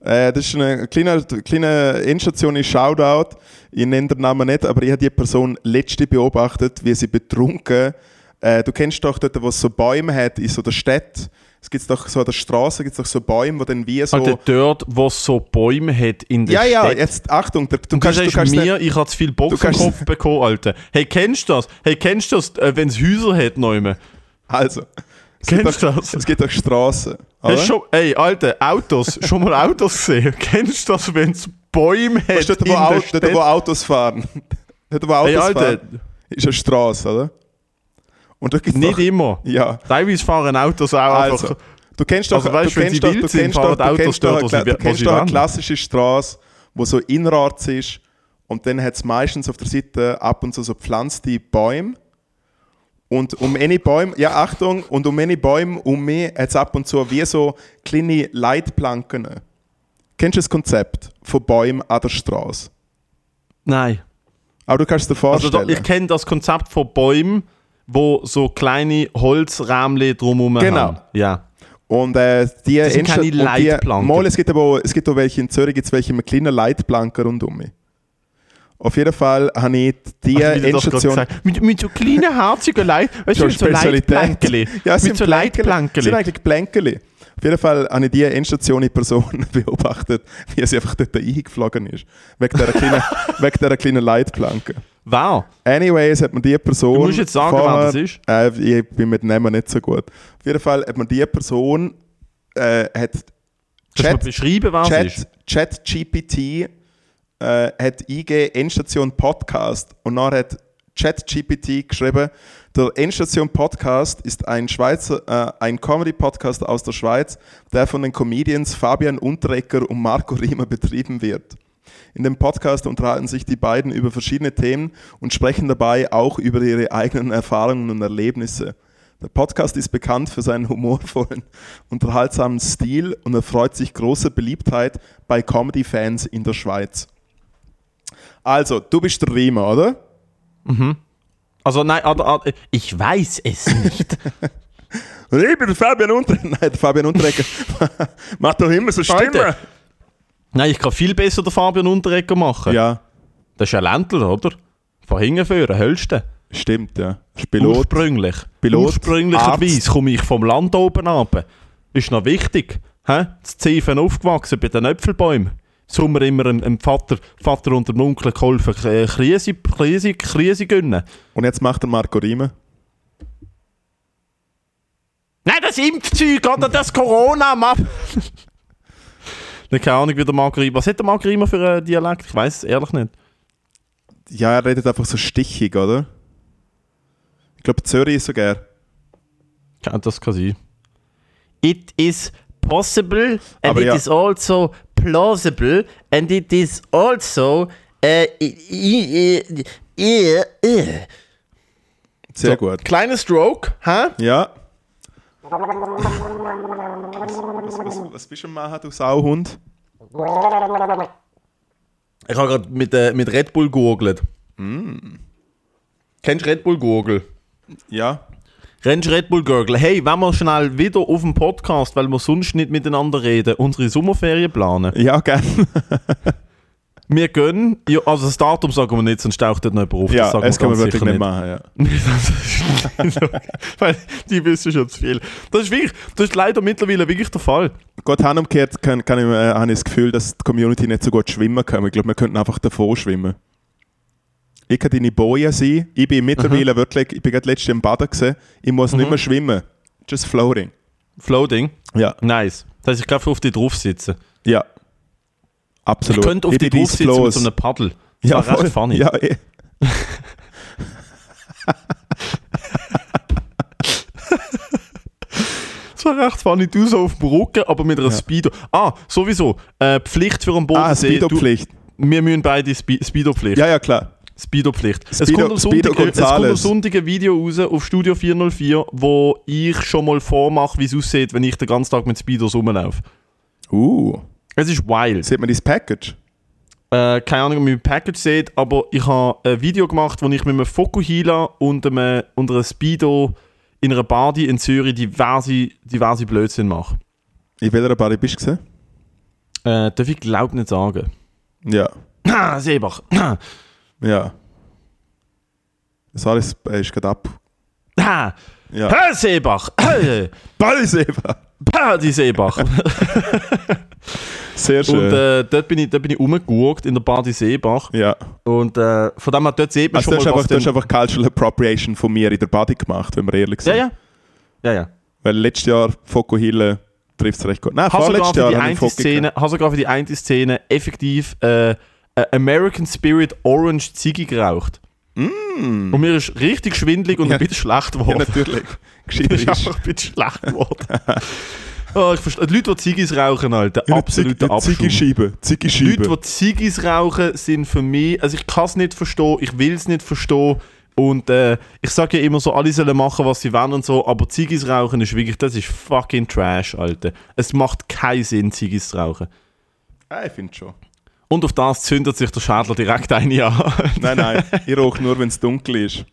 Speaker 2: Äh, das ist eine kleine, kleine Endstation, ein Shoutout. Ich nenne den Namen nicht, aber ich habe die Person letzte beobachtet, wie sie betrunken. Äh, du kennst doch dort, wo es so Bäume hat, in so der Stadt. Es gibt doch so an der Straße, gibt doch so Bäume, wo dann wie so.
Speaker 1: Alter, dort, wo es so Bäume hat in der
Speaker 2: ja,
Speaker 1: Stadt.
Speaker 2: ja, jetzt Achtung, der- du
Speaker 1: Du kannst,
Speaker 2: kannst, du kannst nicht-
Speaker 1: mir, ich habe zu viel Bock
Speaker 2: du
Speaker 1: im
Speaker 2: kannst-
Speaker 1: Kopf bekommen, Alter. Hey, kennst du das? Hey, kennst du das, äh, wenn es Häuser hat, Neume?
Speaker 2: Also, es
Speaker 1: Kennst
Speaker 2: gibt doch,
Speaker 1: du das?
Speaker 2: Es gibt doch Straßen.
Speaker 1: Hast du schon, ey, Alter, Autos, schon mal Autos gesehen? Kennst du das, wenn es Bäume hat
Speaker 2: Weißt du,
Speaker 1: in
Speaker 2: dort, wo,
Speaker 1: der
Speaker 2: Au dort, wo
Speaker 1: Stadt?
Speaker 2: Autos fahren. dort, wo Autos
Speaker 1: Ey, Alter,
Speaker 2: fahren. Ist eine Straße, oder? Und da gibt's
Speaker 1: Nicht
Speaker 2: doch,
Speaker 1: immer.
Speaker 2: ja.
Speaker 1: Teilweise fahren Autos auch
Speaker 2: Also,
Speaker 1: einfach.
Speaker 2: du kennst doch,
Speaker 1: Also, weißt,
Speaker 2: du
Speaker 1: wenn sie
Speaker 2: kennst doch,
Speaker 1: wild
Speaker 2: du
Speaker 1: sind,
Speaker 2: kennst
Speaker 1: fahren
Speaker 2: doch, du
Speaker 1: Autos
Speaker 2: kennst
Speaker 1: dort,
Speaker 2: doch,
Speaker 1: wo
Speaker 2: eine
Speaker 1: sie-
Speaker 2: kla- du
Speaker 1: wo
Speaker 2: kennst
Speaker 1: sie
Speaker 2: doch eine
Speaker 1: wollen.
Speaker 2: klassische Straße, wo so Inrads ist und dann hat es meistens auf der Seite ab und zu so pflanzte Bäume. Und um eine Bäume, ja Achtung, und um eine Bäume um mich hat es ab und zu wie so kleine Leitplanken. Kennst du das Konzept von Bäumen an der Straße?
Speaker 1: Nein.
Speaker 2: Aber du kannst es dir
Speaker 1: Also
Speaker 2: vorstellen.
Speaker 1: da, ich kenne das Konzept von Bäumen, wo so kleine Holzrahmle drumherum
Speaker 2: Genau.
Speaker 1: haben. Ja.
Speaker 2: Und äh, die
Speaker 1: Das sind keine
Speaker 2: Innenstadt- und die-
Speaker 1: Leitplanken.
Speaker 2: Mal, es gibt aber auch, es gibt auch welche in Zürich, gibt's welche mit kleinen Leitplanken rundum. mich. Auf jeden Fall habe ich die
Speaker 1: Hast Also du wieder das gerade
Speaker 2: Endstation.
Speaker 1: gesagt? Mit, mit so kleinen, harzigen Leit... Weißt du,
Speaker 2: Schon
Speaker 1: mit so
Speaker 2: Spezialität.
Speaker 1: Leitplankeli.
Speaker 2: Ja,
Speaker 1: mit
Speaker 2: es sind
Speaker 1: so
Speaker 2: Plankeli. Es sind
Speaker 1: Leitplankeli.
Speaker 2: eigentlich Plänkeli. Auf jeden Fall habe ich die Endstation in Person beobachtet, wie sie einfach dort eingeflogen ist. Wegen dieser kleinen, wegen dieser kleinen Leitplanke.
Speaker 1: Wow.
Speaker 2: Anyways, hat man die Person.
Speaker 1: Du musst jetzt sagen,
Speaker 2: vorher,
Speaker 1: wer das ist.
Speaker 2: Äh, ich bin mit Namen nicht so gut. Auf jeden Fall hat man die Person äh, hat
Speaker 1: Kannst du mal
Speaker 2: Chat-
Speaker 1: beschreiben, was es ist?
Speaker 2: Chat, Chat GPT äh, hat IG Endstation Podcast und dann hat Chat GPT geschrieben, der Endstation Podcast ist ein Schweizer, äh, ein Comedy-Podcast aus der Schweiz, der von den Comedians Fabian Unterrecker und Marco Riemer betrieben wird. In dem Podcast unterhalten sich die beiden über verschiedene Themen und sprechen dabei auch über ihre eigenen Erfahrungen und Erlebnisse. Der Podcast ist bekannt für seinen humorvollen, unterhaltsamen Stil und erfreut sich großer Beliebtheit bei Comedy-Fans in der Schweiz. Also, du bist der Riemer, oder?
Speaker 1: Also nein, ah, ah, ich weiß es nicht.
Speaker 2: Riemer, Fabian Unterrecker. Nein, der Fabian Unterrecker macht doch immer so Stimme.
Speaker 1: Leute. nein, ich kann viel besser den Fabian Unterrecker machen.
Speaker 2: Ja,
Speaker 1: Das ist ein Ländler, oder? Von hinten führen, Hölste.
Speaker 2: stimmt, ja. Das ist Pilot.
Speaker 1: Ursprünglich.
Speaker 2: Pilot,
Speaker 1: Ursprünglicherweise komme ich vom Land oben ab. Ist noch wichtig. Hä? Das Ziefen aufgewachsen bei den Äpfelbäumen. Sommer immer dem, dem Vater, Vater und dem Onkel geholfen, äh, Krise, Krise, Krise gönnen.
Speaker 2: Und jetzt macht der Marco Riemer.
Speaker 1: Nein, das Impfzeug oder das Corona, Mann! Dann keine Ahnung, wie der Margarima. Was hat der Margarima für einen Dialekt? Ich weiß es ehrlich nicht.
Speaker 2: Ja, er redet einfach so stichig, oder? Ich glaube, Zürich sogar.
Speaker 1: Kann- Das kann sein. It is possible and
Speaker 2: Aber
Speaker 1: it
Speaker 2: ja.
Speaker 3: is also plausible and it is also uh, e- e- e- e-
Speaker 2: Sehr gut.
Speaker 1: Kleiner Stroke, hä?
Speaker 2: Ja. Was, was, was bist du am machen, du Sauhund?
Speaker 1: Ich habe gerade mit, äh, mit Red Bull gegoogelt. Kennst du Red Bull Gurgel?
Speaker 2: Ja.
Speaker 1: Kennst du Red Bull Gurgel? Hey, wenn wir schnell wieder auf dem Podcast, weil wir sonst nicht miteinander reden, unsere Sommerferien planen.
Speaker 2: Ja, gern.
Speaker 1: Wir gehen, ja, also das Datum sagen wir nicht, sonst staucht dort noch jemand auf.
Speaker 2: Ja,
Speaker 1: das sagen
Speaker 2: das können wir
Speaker 1: ganz
Speaker 2: wirklich
Speaker 1: sicher
Speaker 2: nicht machen. Ja.
Speaker 1: Weil die wissen schon zu viel. Das ist wirklich, das ist leider mittlerweile wirklich der Fall.
Speaker 2: Gott, Hand umgekehrt kann, kann ich, äh, habe ich das Gefühl, dass die Community nicht so gut schwimmen kann. Ich glaube, wir könnten einfach davor schwimmen. Ich kann deine Boje sein. Ich bin mittlerweile wirklich, ich bin gerade letztes Jahr im Baden gesehen. Ich muss nicht mehr schwimmen. Just floating.
Speaker 1: Floating,
Speaker 2: Ja.
Speaker 1: nice. Das heißt, ich kann auf die drauf sitzen.
Speaker 2: Ja.
Speaker 1: Ich
Speaker 2: Absolut.
Speaker 1: könnte auf die
Speaker 2: bin
Speaker 1: drauf
Speaker 2: dein
Speaker 1: sitzen mit
Speaker 2: Floß.
Speaker 1: so einem Paddel. Das
Speaker 2: Ja,
Speaker 1: ja, war
Speaker 2: voll.
Speaker 1: recht funny.
Speaker 2: Ja, eh.
Speaker 1: Das war recht funny. Du so auf dem Rücken, aber mit einer Speedo. Ah, sowieso. Äh, Pflicht für einen Bodensee.
Speaker 2: Ah, Speedo-Pflicht.
Speaker 1: Du- Wir müssen beide Spe Speedo-Pflicht.
Speaker 2: Ja, ja, klar.
Speaker 1: Speedo-Pflicht. es,
Speaker 2: Speedo-
Speaker 1: kommt am Sonntag,
Speaker 2: Speedo
Speaker 1: es kommt am
Speaker 2: Gonzales.
Speaker 1: Sonntag ein Video raus auf Studio 404, wo ich schon mal vormache, wie es aussieht, wenn ich den ganzen Tag mit Speedos rumlaufe.
Speaker 2: Uh.
Speaker 1: Es ist wild.
Speaker 2: Sieht man dein Package?
Speaker 1: äh, keine Ahnung, ob man mein Package sieht, aber ich habe ein Video gemacht, wo ich mit einem Fokuhila und einem, und einem Speedo in einer Body in Zürich diverse, diverse Blödsinn mache.
Speaker 2: In welcher Bar bist du? gewesen?
Speaker 1: Äh, darf ich glaub nicht sagen.
Speaker 2: Ja.
Speaker 1: Ah, Seebach.
Speaker 2: Ja. Sorry, es äh, ist gerade ab.
Speaker 1: Ah,
Speaker 2: Ja.
Speaker 1: Hä, Seebach. Hä,
Speaker 2: Balliseva!
Speaker 1: Bah, die Seebach.
Speaker 2: Sehr schön.
Speaker 1: und äh, dort bin ich, dort bin ich rumgeguckt in der Body Seebach.
Speaker 2: ja.
Speaker 1: Und äh, von dem her, dort sieht man
Speaker 2: Also, du hast,
Speaker 1: schon mal,
Speaker 2: einfach,
Speaker 1: was
Speaker 2: du hast
Speaker 1: denn,
Speaker 2: einfach Cultural Appropriation von mir in der Body gemacht, wenn wir ehrlich sind.
Speaker 1: Ja, ja. Ja, ja.
Speaker 2: Weil letztes Jahr Fokuhille trifft es recht gut. Nein,
Speaker 1: habe sogar
Speaker 2: vorletztes
Speaker 1: für
Speaker 2: Jahr
Speaker 1: die
Speaker 2: habe ich
Speaker 1: eine
Speaker 2: Fokuhille.
Speaker 1: Szene, habe sogar für die eine Szene effektiv äh, äh, American Spirit Orange Ziege geraucht. Und mir ist richtig schwindlig und
Speaker 2: Mm. Ja.
Speaker 1: ein bisschen schlecht
Speaker 2: Ja,
Speaker 1: geworden.
Speaker 2: natürlich. Gescheit
Speaker 1: Ich bin
Speaker 2: ist.
Speaker 1: einfach ein bisschen schlecht geworden. oh, ich verstehe. Die Leute, die Ziggis rauchen, Alter, absoluter Abschaum.
Speaker 2: Ziggischeibe.
Speaker 1: Leute,
Speaker 2: Ziggischeibe.
Speaker 1: die Ziggis rauchen, sind für mich, also ich kann es nicht verstehen, ich will es nicht verstehen. Und äh, ich sage ja immer so, alle sollen machen, was sie wollen und so, aber Ziggis rauchen ist wirklich, das ist fucking Trash, Alter. Es macht keinen Sinn, Ziggis zu rauchen.
Speaker 2: Ah, ich finde schon.
Speaker 1: Und auf das zündet sich der Schädler direkt ein Jahr.
Speaker 2: Nein, nein, ich rauche nur, wenn es dunkel ist.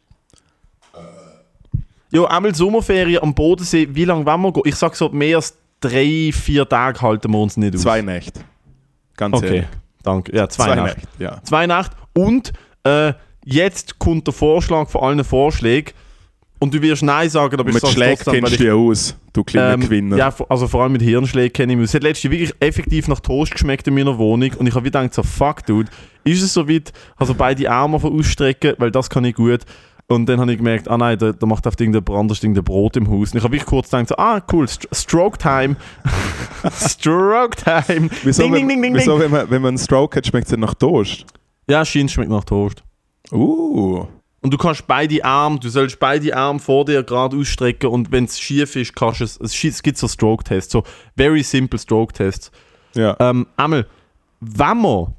Speaker 1: ja, einmal Sommerferien am Bodensee, wie lange wollen wir gehen? Ich sag so, mehr als drei, vier Tage halten wir uns nicht aus.
Speaker 2: Zwei Nächte. Ganz
Speaker 1: Okay,
Speaker 2: ehrlich.
Speaker 1: danke. Ja, zwei, Nächte.
Speaker 2: Ja.
Speaker 1: Zwei Nächte. Und äh, jetzt kommt der Vorschlag von allen Vorschlägen. Und du wirst Nein sagen, aber ich
Speaker 2: Mit
Speaker 1: sag's
Speaker 2: Schlägen
Speaker 1: trotzdem,
Speaker 2: kennst du
Speaker 1: weil
Speaker 2: dich aus, du kleiner
Speaker 1: ich, ähm,
Speaker 2: Gewinner.
Speaker 1: ja, vor- also vor allem mit Hirnschlägen kenne ich mich. aus. Es hat letztens wirklich effektiv nach Toast geschmeckt in meiner Wohnung und ich habe gedacht, so fuck, dude, ist es so weit? Also beide Arme von ausstrecken, weil das kann ich gut. Und dann habe ich gemerkt, ah nein, da, da macht auf irgendein anderes Ding Brot im Haus. Und ich habe wirklich kurz gedacht, so, ah cool, St Stroke Time. Stroke Time.
Speaker 2: Wieso,
Speaker 1: ding, ding, ding,
Speaker 2: wenn-
Speaker 1: ding,
Speaker 2: wieso
Speaker 1: ding.
Speaker 2: Wenn, man, wenn man einen Stroke hat, schmeckt es nach Toast?
Speaker 1: Ja, Schien's schmeckt nach Toast.
Speaker 2: Uh.
Speaker 1: Und du kannst beide Arme, du sollst beide Arme vor dir gerade ausstrecken und wenn es schief ist, kannst du es. Es schi- es gibt so Stroke-Tests, so very simple Stroke-Tests.
Speaker 2: Ja.
Speaker 1: Ähm, einmal, wenn man,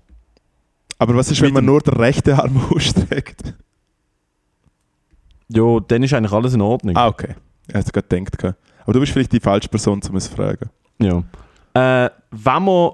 Speaker 2: Aber was ist, wenn man nur den rechten Arm ausstreckt?
Speaker 1: ja, dann ist eigentlich alles in Ordnung.
Speaker 2: Ah, okay. Ich hätte gerade gedacht. gehabt. Aber du bist vielleicht die falsche Person, um es zu fragen.
Speaker 1: Ja. Äh, wenn man,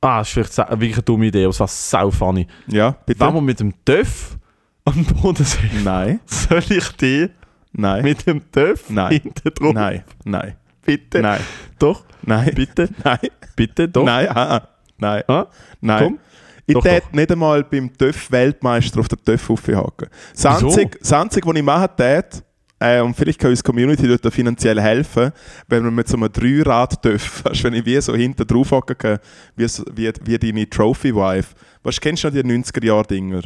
Speaker 1: ah, ist vielleicht sa- wirklich eine dumme Idee, aber es war sau funny.
Speaker 2: Ja, bitte?
Speaker 1: Wenn man mit dem Töff am Boden sitzt,
Speaker 2: Nein,
Speaker 1: soll ich die
Speaker 2: nein,
Speaker 1: mit dem Töff
Speaker 2: Nein.
Speaker 1: hinten drauf?
Speaker 2: nein, nein,
Speaker 1: Bitte.
Speaker 2: nein,
Speaker 1: Doch,
Speaker 2: nein,
Speaker 1: bitte,
Speaker 2: nein,
Speaker 1: bitte, doch.
Speaker 2: nein, ah, ah, nein,
Speaker 1: Ah?
Speaker 2: nein.
Speaker 1: Komm.
Speaker 2: Ich
Speaker 1: Doch,
Speaker 2: tät nicht einmal beim TÜV-Weltmeister auf der TÜV aufhaken. Das Einzige, das Einzige, was ich machen tät, äh, und vielleicht kann uns die Community dort da finanziell helfen, wenn man mit so einem Dreirad TÜV, weißt, du, wenn ich wie so hinten drauf hocken kann, wie, so, wie, wie deine Trophy-Wife. Weißt du, kennst du noch die 90er-Jahr-Dinger?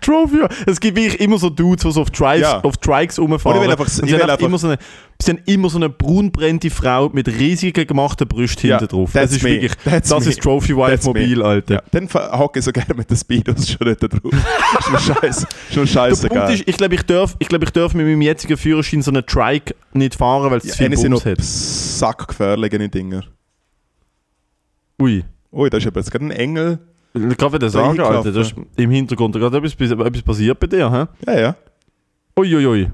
Speaker 1: Trophy. Es gibt wirklich immer so Dudes, die so auf Trikes,
Speaker 2: Ja.
Speaker 1: auf Trikes rumfahren.
Speaker 2: Oder ich will einfach-
Speaker 1: Und
Speaker 2: ich
Speaker 1: sie
Speaker 2: will
Speaker 1: haben
Speaker 2: einfach-
Speaker 1: immer so eine, sie haben immer so eine braunbrennte Frau mit riesigen gemachten Brüsten
Speaker 2: Ja,
Speaker 1: hinten drauf.
Speaker 2: that's
Speaker 1: Das ist
Speaker 2: me.
Speaker 1: wirklich,
Speaker 2: That's
Speaker 1: das
Speaker 2: me.
Speaker 1: ist Trophy Wife
Speaker 2: That's me.
Speaker 1: Mobil, Alter.
Speaker 2: Ja. Dann fa- hocke ich so gerne mit den Speedos schon dort drauf. ist mir scheiße. Ist mir
Speaker 1: Der Punkt
Speaker 2: scheißegal.
Speaker 1: ist, ich glaube, ich darf, ich glaube, ich darf mit meinem jetzigen Führerschein so einen Trike nicht fahren, weil es
Speaker 2: Ja,
Speaker 1: zu
Speaker 2: eine
Speaker 1: viel
Speaker 2: sind noch
Speaker 1: Bums hat.
Speaker 2: sackgefährlich, die Dinger.
Speaker 1: Ui.
Speaker 2: Ui, da ist aber jetzt gerade ein Engel.
Speaker 1: Gerade wieder
Speaker 2: Da
Speaker 1: sagen, Alter,
Speaker 2: hingelaufen.
Speaker 1: das ist im Hintergrund gerade etwas, etwas passiert bei dir, hä?
Speaker 2: Ja, ja.
Speaker 1: Uiuiui. Ui, ui.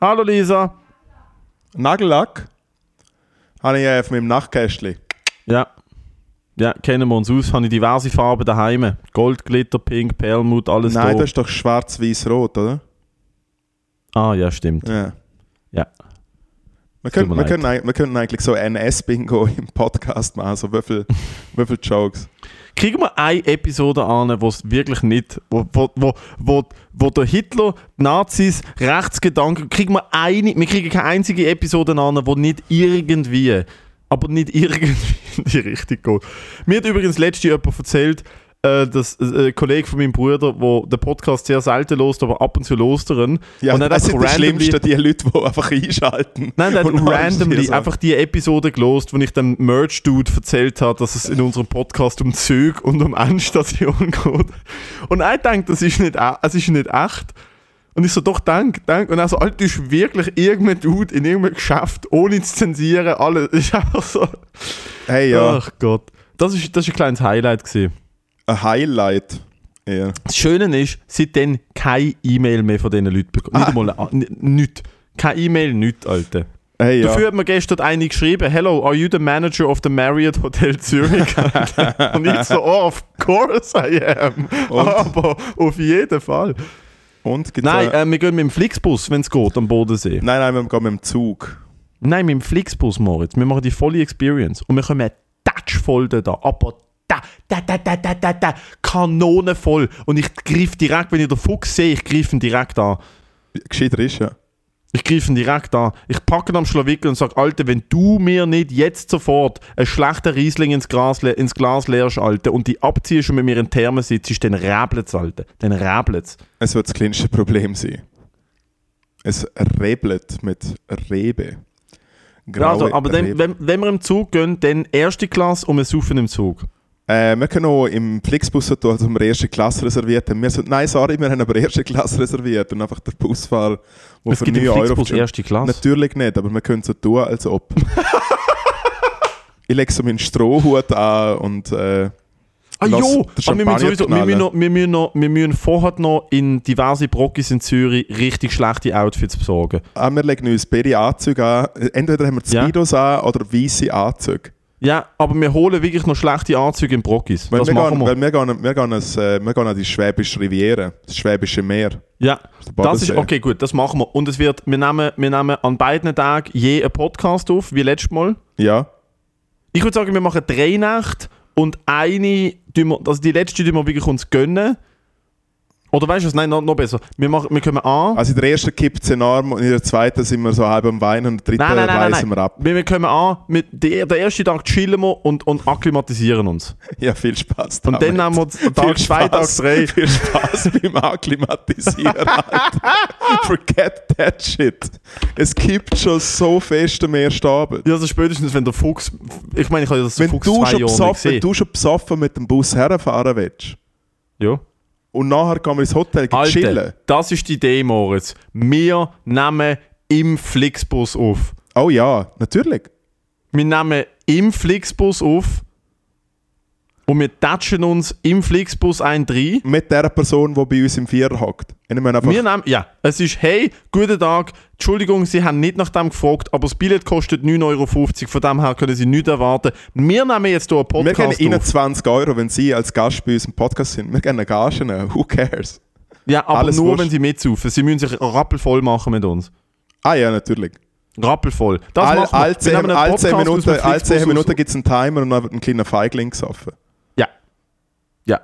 Speaker 1: Hallo Lisa.
Speaker 2: Nagellack habe ich äh, von meinem Nachtkästchen.
Speaker 1: Ja. Ja, kennen wir uns aus, habe ich diverse Farben daheim. Gold, Glitter, Pink, Perlmut, alles
Speaker 2: Nein,
Speaker 1: da.
Speaker 2: das ist doch schwarz weiß rot oder?
Speaker 1: Ah, ja, stimmt.
Speaker 2: Ja.
Speaker 1: Ja.
Speaker 2: Wir könnten,
Speaker 1: mir
Speaker 2: wir,
Speaker 1: leid.
Speaker 2: können, wir könnten eigentlich so NS-Bingo im Podcast machen, so wie viel, wie viel Jokes.
Speaker 1: Kriegen wir eine Episode an, wo es wirklich nicht, wo, wo, wo, wo, wo der Hitler, die Nazis, Rechtsgedanken, kriegen wir eine, wir kriegen keine einzige Episode an, wo nicht irgendwie, aber nicht irgendwie in die Richtung geht. Mir hat übrigens letzte jemand erzählt, äh, dass äh, ein Kollege von meinem Bruder, der den Podcast sehr selten lost, aber ab und zu lost er ihn.
Speaker 2: Ja,
Speaker 1: und er hat
Speaker 2: das
Speaker 1: einfach
Speaker 2: sind die
Speaker 1: randomly-
Speaker 2: Schlimmsten, die Leute, die einfach einschalten.
Speaker 1: Nein, der hat
Speaker 2: Und alles
Speaker 1: randomly
Speaker 2: hier so.
Speaker 1: einfach die Episode gelost, wo ich dem Merch-Dude erzählt habe, dass es in unserem Podcast um Züge und um Endstation geht. Und er denkt, das ist nicht, e- das ist nicht echt. Und ich so, doch, denk, denk. Und er so, Alter, du bist wirklich irgendein Dude in irgendeinem Geschäft, ohne zu zensieren, alles. Ist einfach so.
Speaker 2: Hey, ja.
Speaker 1: Ach Gott. Das ist, das ist ein kleines Highlight gewesen.
Speaker 2: Ein Highlight. Ja.
Speaker 1: Das Schöne ist, seitdem keine E-Mail mehr von diesen Leuten bekommen.
Speaker 2: Ah.
Speaker 1: Nicht einmal, eine- n- nüt. Keine E-Mail, nüt, Alter.
Speaker 2: Hey, ja.
Speaker 1: Dafür hat mir gestern eine geschrieben, hello, are you the manager of the Marriott Hotel Zürich? und ich so, oh, of course I am. Aber auf jeden Fall.
Speaker 2: Und gibt's
Speaker 1: Nein,
Speaker 2: äh,
Speaker 1: äh, wir gehen mit dem Flixbus, wenn es geht, am Bodensee.
Speaker 2: nein, nein, wir gehen mit dem Zug.
Speaker 1: Nein, mit dem Flixbus, Moritz. Wir machen die volle Experience. Und wir kommen touchvoll da, aber da, da, da, da, da, da, da, Kanone voll. Und ich greife direkt, wenn ich den Fuchs sehe, ich greife ihn direkt an.
Speaker 2: Gescheiter ist ja.
Speaker 1: Ich greife ihn direkt an. Ich packe ihn am Schlawickel und sage, Alter, wenn du mir nicht jetzt sofort einen schlechten Riesling ins, Gras, le- ins Glas leerst, Alter, und die abziehst und mit mir in Therme sitzt, dann räbelt's, Alter. Dann räbelt's.
Speaker 2: Es wird das kleinste Problem sein. Es rebelt mit Rebe. Graue
Speaker 1: Also, aber dann,
Speaker 2: Rebe.
Speaker 1: wenn, wenn wir im Zug gehen, dann erste Klasse und wir saufen im Zug.
Speaker 2: Äh, wir können auch im Flixbus so tun, als ob wir erste Klasse reserviert haben. Wir so, nein, sorry, wir haben aber erste Klasse reserviert. Und einfach der Busfahrer, der
Speaker 1: Es
Speaker 2: für
Speaker 1: gibt
Speaker 2: 9
Speaker 1: im
Speaker 2: Euro...
Speaker 1: Flixbus erste Klasse.
Speaker 2: Natürlich nicht, aber wir können so tun, als ob. ich lege so meinen Strohhut an und... Äh,
Speaker 1: Ah
Speaker 2: Lass
Speaker 1: jo,
Speaker 2: den
Speaker 1: aber wir müssen,
Speaker 2: Champagner
Speaker 1: sowieso, wir,
Speaker 2: knallen.
Speaker 1: müssen noch, wir, müssen noch, wir müssen vorher noch in diverse Brockis in Zürich richtig schlechte Outfits besorgen.
Speaker 2: Ah, wir legen uns beide Anzüge an. Entweder haben wir
Speaker 1: Ja.
Speaker 2: Speedos an oder weiße Anzüge.
Speaker 1: Ja, aber wir holen wirklich noch schlechte Anzüge in Brockis.
Speaker 2: Weil
Speaker 1: das
Speaker 2: wir,
Speaker 1: machen
Speaker 2: gehen,
Speaker 1: wir.
Speaker 2: weil wir, gehen, wir, gehen ans, äh, wir gehen an die Schwäbische Riviera, das Schwäbische Meer.
Speaker 1: Ja,
Speaker 2: Der
Speaker 1: das ist
Speaker 2: Badensee.
Speaker 1: okay, gut, das machen wir. Und es wird, wir nehmen, wir nehmen an beiden Tagen je einen Podcast auf, wie letztes Mal.
Speaker 2: Ja,
Speaker 1: Ich würde sagen, wir machen drei Nächte und eine, tun wir, also die letzte tun wir wirklich uns gönnen. Oder weißt du was? Nein, noch, noch besser. Wir, machen, wir kommen an.
Speaker 2: also in der ersten kippt es enorm und in der zweiten sind wir so halb am Weinen und in der
Speaker 1: Nein,
Speaker 2: dritten
Speaker 1: nein, nein, nein,
Speaker 2: weisen
Speaker 1: nein.
Speaker 2: wir ab.
Speaker 1: Wir, wir kommen an, mit der, der erste Tag chillen wir und, und akklimatisieren uns.
Speaker 2: Ja, viel Spaß
Speaker 1: Und
Speaker 2: damit.
Speaker 1: dann haben wir den Tag
Speaker 2: Viel
Speaker 1: zwei, Tag
Speaker 2: Spaß.
Speaker 1: drei.
Speaker 2: Viel Spaß beim Akklimatisieren. Alter. Forget that shit. Es kippt schon so fest am ersten Abend.
Speaker 1: Ja, also spätestens, wenn der Fuchs. Ich meine, ich habe ja das
Speaker 2: Wenn
Speaker 1: Fuchs
Speaker 2: du,
Speaker 1: zwei
Speaker 2: schon
Speaker 1: Jahre nicht
Speaker 2: besoffen, wenn
Speaker 1: gesehen.
Speaker 2: du schon besoffen mit dem Bus herfahren willst
Speaker 1: Ja.
Speaker 2: und nachher gehen wir ins Hotel gehen
Speaker 1: Alter,
Speaker 2: chillen.
Speaker 1: das ist die Idee, Moritz. Wir nehmen im Flixbus auf.
Speaker 2: Oh ja, natürlich.
Speaker 1: Wir nehmen im Flixbus auf und wir tatschen uns im Flixbus ein rein.
Speaker 2: Mit der Person, die bei uns im Vierer hockt. Und Ich meine einfach,
Speaker 1: Wir nehmen, ja, es ist, hey, guten Tag, Entschuldigung, Sie haben nicht nach dem gefragt, aber das Billett kostet 9,50 Euro, von dem her können Sie nichts erwarten. Wir nehmen jetzt hier einen
Speaker 2: wir geben
Speaker 1: Podcast
Speaker 2: ihnen
Speaker 1: auf.
Speaker 2: 20 Euro, wenn sie als Gast bei uns im Podcast sind. Wir geben ihnen Gagen, who cares?
Speaker 1: Ja, aber
Speaker 2: alles
Speaker 1: nur,
Speaker 2: wurscht.
Speaker 1: wenn Sie mitsaufen. Sie müssen sich rappelvoll machen mit uns.
Speaker 2: Ah ja, natürlich.
Speaker 1: Rappelvoll. Das
Speaker 2: All,
Speaker 1: machen wir.
Speaker 2: all,
Speaker 1: Wir
Speaker 2: zehn,
Speaker 1: nehmen einen
Speaker 2: all, zehn
Speaker 1: Podcast aus
Speaker 2: Minuten,
Speaker 1: dem
Speaker 2: all zehn
Speaker 1: Flixbus
Speaker 2: Minuten
Speaker 1: aus.
Speaker 2: gibt es einen Timer und dann wird ein kleiner Feigling gesoffen.
Speaker 1: Ja. Ja.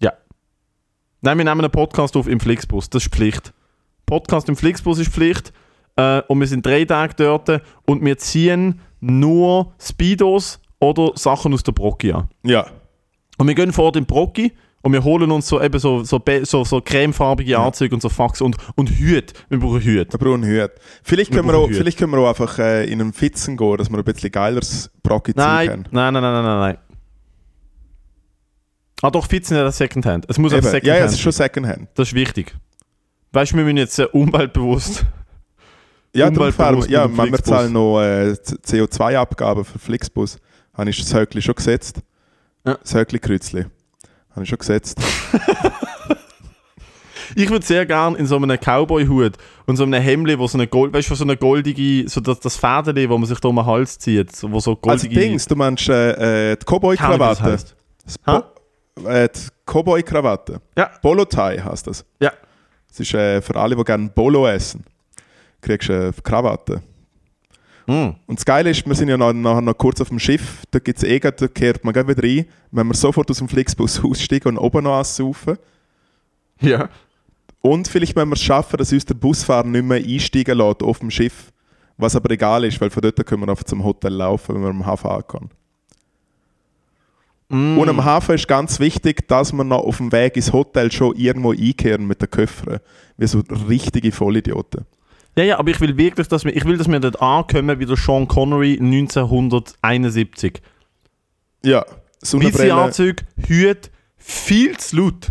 Speaker 1: Ja. Nein, wir nehmen einen Podcast auf im Flixbus. Das ist Pflicht. Podcast im Flixbus ist Pflicht. Äh, und wir sind drei Tage dort und wir ziehen nur Speedos oder Sachen aus der Brocki an.
Speaker 2: Ja.
Speaker 1: Und wir gehen vor den Brocki und wir holen uns so eben so, so, be- so, so cremefarbige Anzüge und so Fax und, und Hüte. Wir brauchen Hüte.
Speaker 2: Wir brauchen Hüte. Vielleicht
Speaker 1: Wir
Speaker 2: können wir, auch,
Speaker 1: brauchen Hüte.
Speaker 2: vielleicht können wir auch einfach äh, in einen Fitzen gehen, dass wir ein bisschen geileres Brocki ziehen
Speaker 1: Nein,
Speaker 2: können.
Speaker 1: nein, nein, nein, nein, nein. nein. Ah doch, 14 ist Secondhand. Es muss auf
Speaker 2: Eben.
Speaker 1: Secondhand.
Speaker 2: Ja, ja, es
Speaker 1: sein.
Speaker 2: ist schon Secondhand.
Speaker 1: Das ist wichtig. Weißt du, wir müssen jetzt äh, umweltbewusst.
Speaker 2: Ja, darum fahren,
Speaker 1: Umweltbewusst
Speaker 2: wir- ja
Speaker 1: mit dem
Speaker 2: man, wir
Speaker 1: Flixbus.
Speaker 2: zahlen noch äh, CO2-Abgaben für Flixbus. Habe ich das Höckli schon gesetzt?
Speaker 1: Ja.
Speaker 2: Das Höckli-Kreuzli. Habe ich schon gesetzt.
Speaker 1: Ich würde sehr gern in so einem Cowboy-Hut und so einem Hemdli, wo so eine Gold, weißt du, wo so eine goldige, so das, das Fädeli, wo man sich da um den Hals zieht, so- wo so
Speaker 2: Also
Speaker 1: goldige.
Speaker 2: Dings, du meinst äh, äh, die
Speaker 1: Keine Ahnung, wie das
Speaker 2: Cowboy-Krawatte.
Speaker 1: heisst.
Speaker 2: Das Bo- Äh, die Cowboy-Krawatte.
Speaker 1: Ja.
Speaker 2: Bolo-Tie heisst das.
Speaker 1: Ja.
Speaker 2: Das ist äh, für alle, die gerne Bolo essen. Kriegst du eine Krawatte.
Speaker 1: Mm.
Speaker 2: Und das Geile ist, wir sind ja noch, nachher noch kurz auf dem Schiff. Da gibt es eh gerade, da kehrt man gerade wieder rein. Wenn wir sofort aus dem Flixbus aussteigen und oben noch ansaufen.
Speaker 1: Ja.
Speaker 2: Und vielleicht müssen wir es schaffen, dass uns der Busfahrer nicht mehr einsteigen lässt auf dem Schiff. Was aber egal ist, weil von dort können wir einfach zum Hotel laufen, wenn wir am Hafen ankommen.
Speaker 1: Mm.
Speaker 2: Und am Hafen ist ganz wichtig, dass wir noch auf dem Weg ins Hotel schon irgendwo einkehren mit den Köpfen. Wie so richtige Vollidioten.
Speaker 1: Ja, ja, aber ich will wirklich, dass wir, ich will, dass wir dort ankommen wie der Sean Connery 1971.
Speaker 2: Ja,
Speaker 1: Weiße
Speaker 2: Sonnenbrille.
Speaker 1: Anzüge, Hüte, viel zu laut.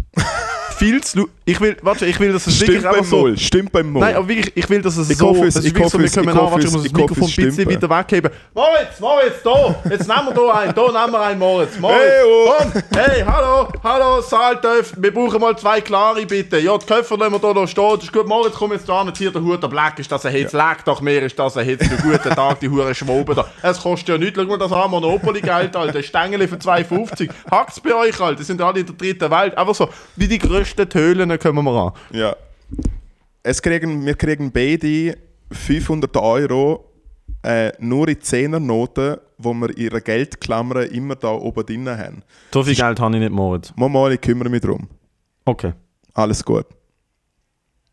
Speaker 1: viel zu laut. Ich will, warte, ich will, dass es
Speaker 2: Stimmt
Speaker 1: wirklich
Speaker 2: beim
Speaker 1: einfach so.
Speaker 2: Mund, stimmt beim Mund.
Speaker 1: Nein, aber wirklich, ich will, dass es
Speaker 2: Ich
Speaker 1: so...
Speaker 2: hoffe, es-
Speaker 1: das
Speaker 2: ich
Speaker 1: wirklich
Speaker 2: hoffe, es-
Speaker 1: wir
Speaker 2: ich
Speaker 1: können an,
Speaker 2: hoffe,
Speaker 1: warte, ich
Speaker 2: es-
Speaker 1: muss das
Speaker 2: ich hoffe,
Speaker 1: Mikrofon ein
Speaker 2: es
Speaker 1: bisschen
Speaker 2: stimmt.
Speaker 1: weiter wegheben. Moritz, Moritz, da! Jetzt nehmen wir da einen, da nehmen wir einen, Moritz. Moritz.
Speaker 2: Hey, oh.
Speaker 1: Komm, hey, hallo, hallo, Saaltöff, wir brauchen mal zwei klare, bitte. Ja, die Köpfe lassen wir da noch stehen. Das ist gut, Moritz, komm jetzt da an, zieh den Hut, der Black ist das ein Hitz, leg doch mehr, ist das ein Hitz. Für guten Tag, die Hure Schwoben da. Es kostet ja nichts, schau mal das an, Monopoly-Geld, Alter. Stängeli für 2,50. Hackt's bei euch, Alter, sind alle in der dritten Welt. Einfach so, wie die grössten Höhlen kommen wir an.
Speaker 2: Ja. Es kriegen, wir kriegen beide 500 Euro äh, nur in 10er Noten, wo wir ihre Geldklammern immer da oben drin haben.
Speaker 1: So viel Geld habe ich nicht, Moritz.
Speaker 2: Mal, mal, ich kümmere mich drum.
Speaker 1: Okay.
Speaker 2: Alles gut.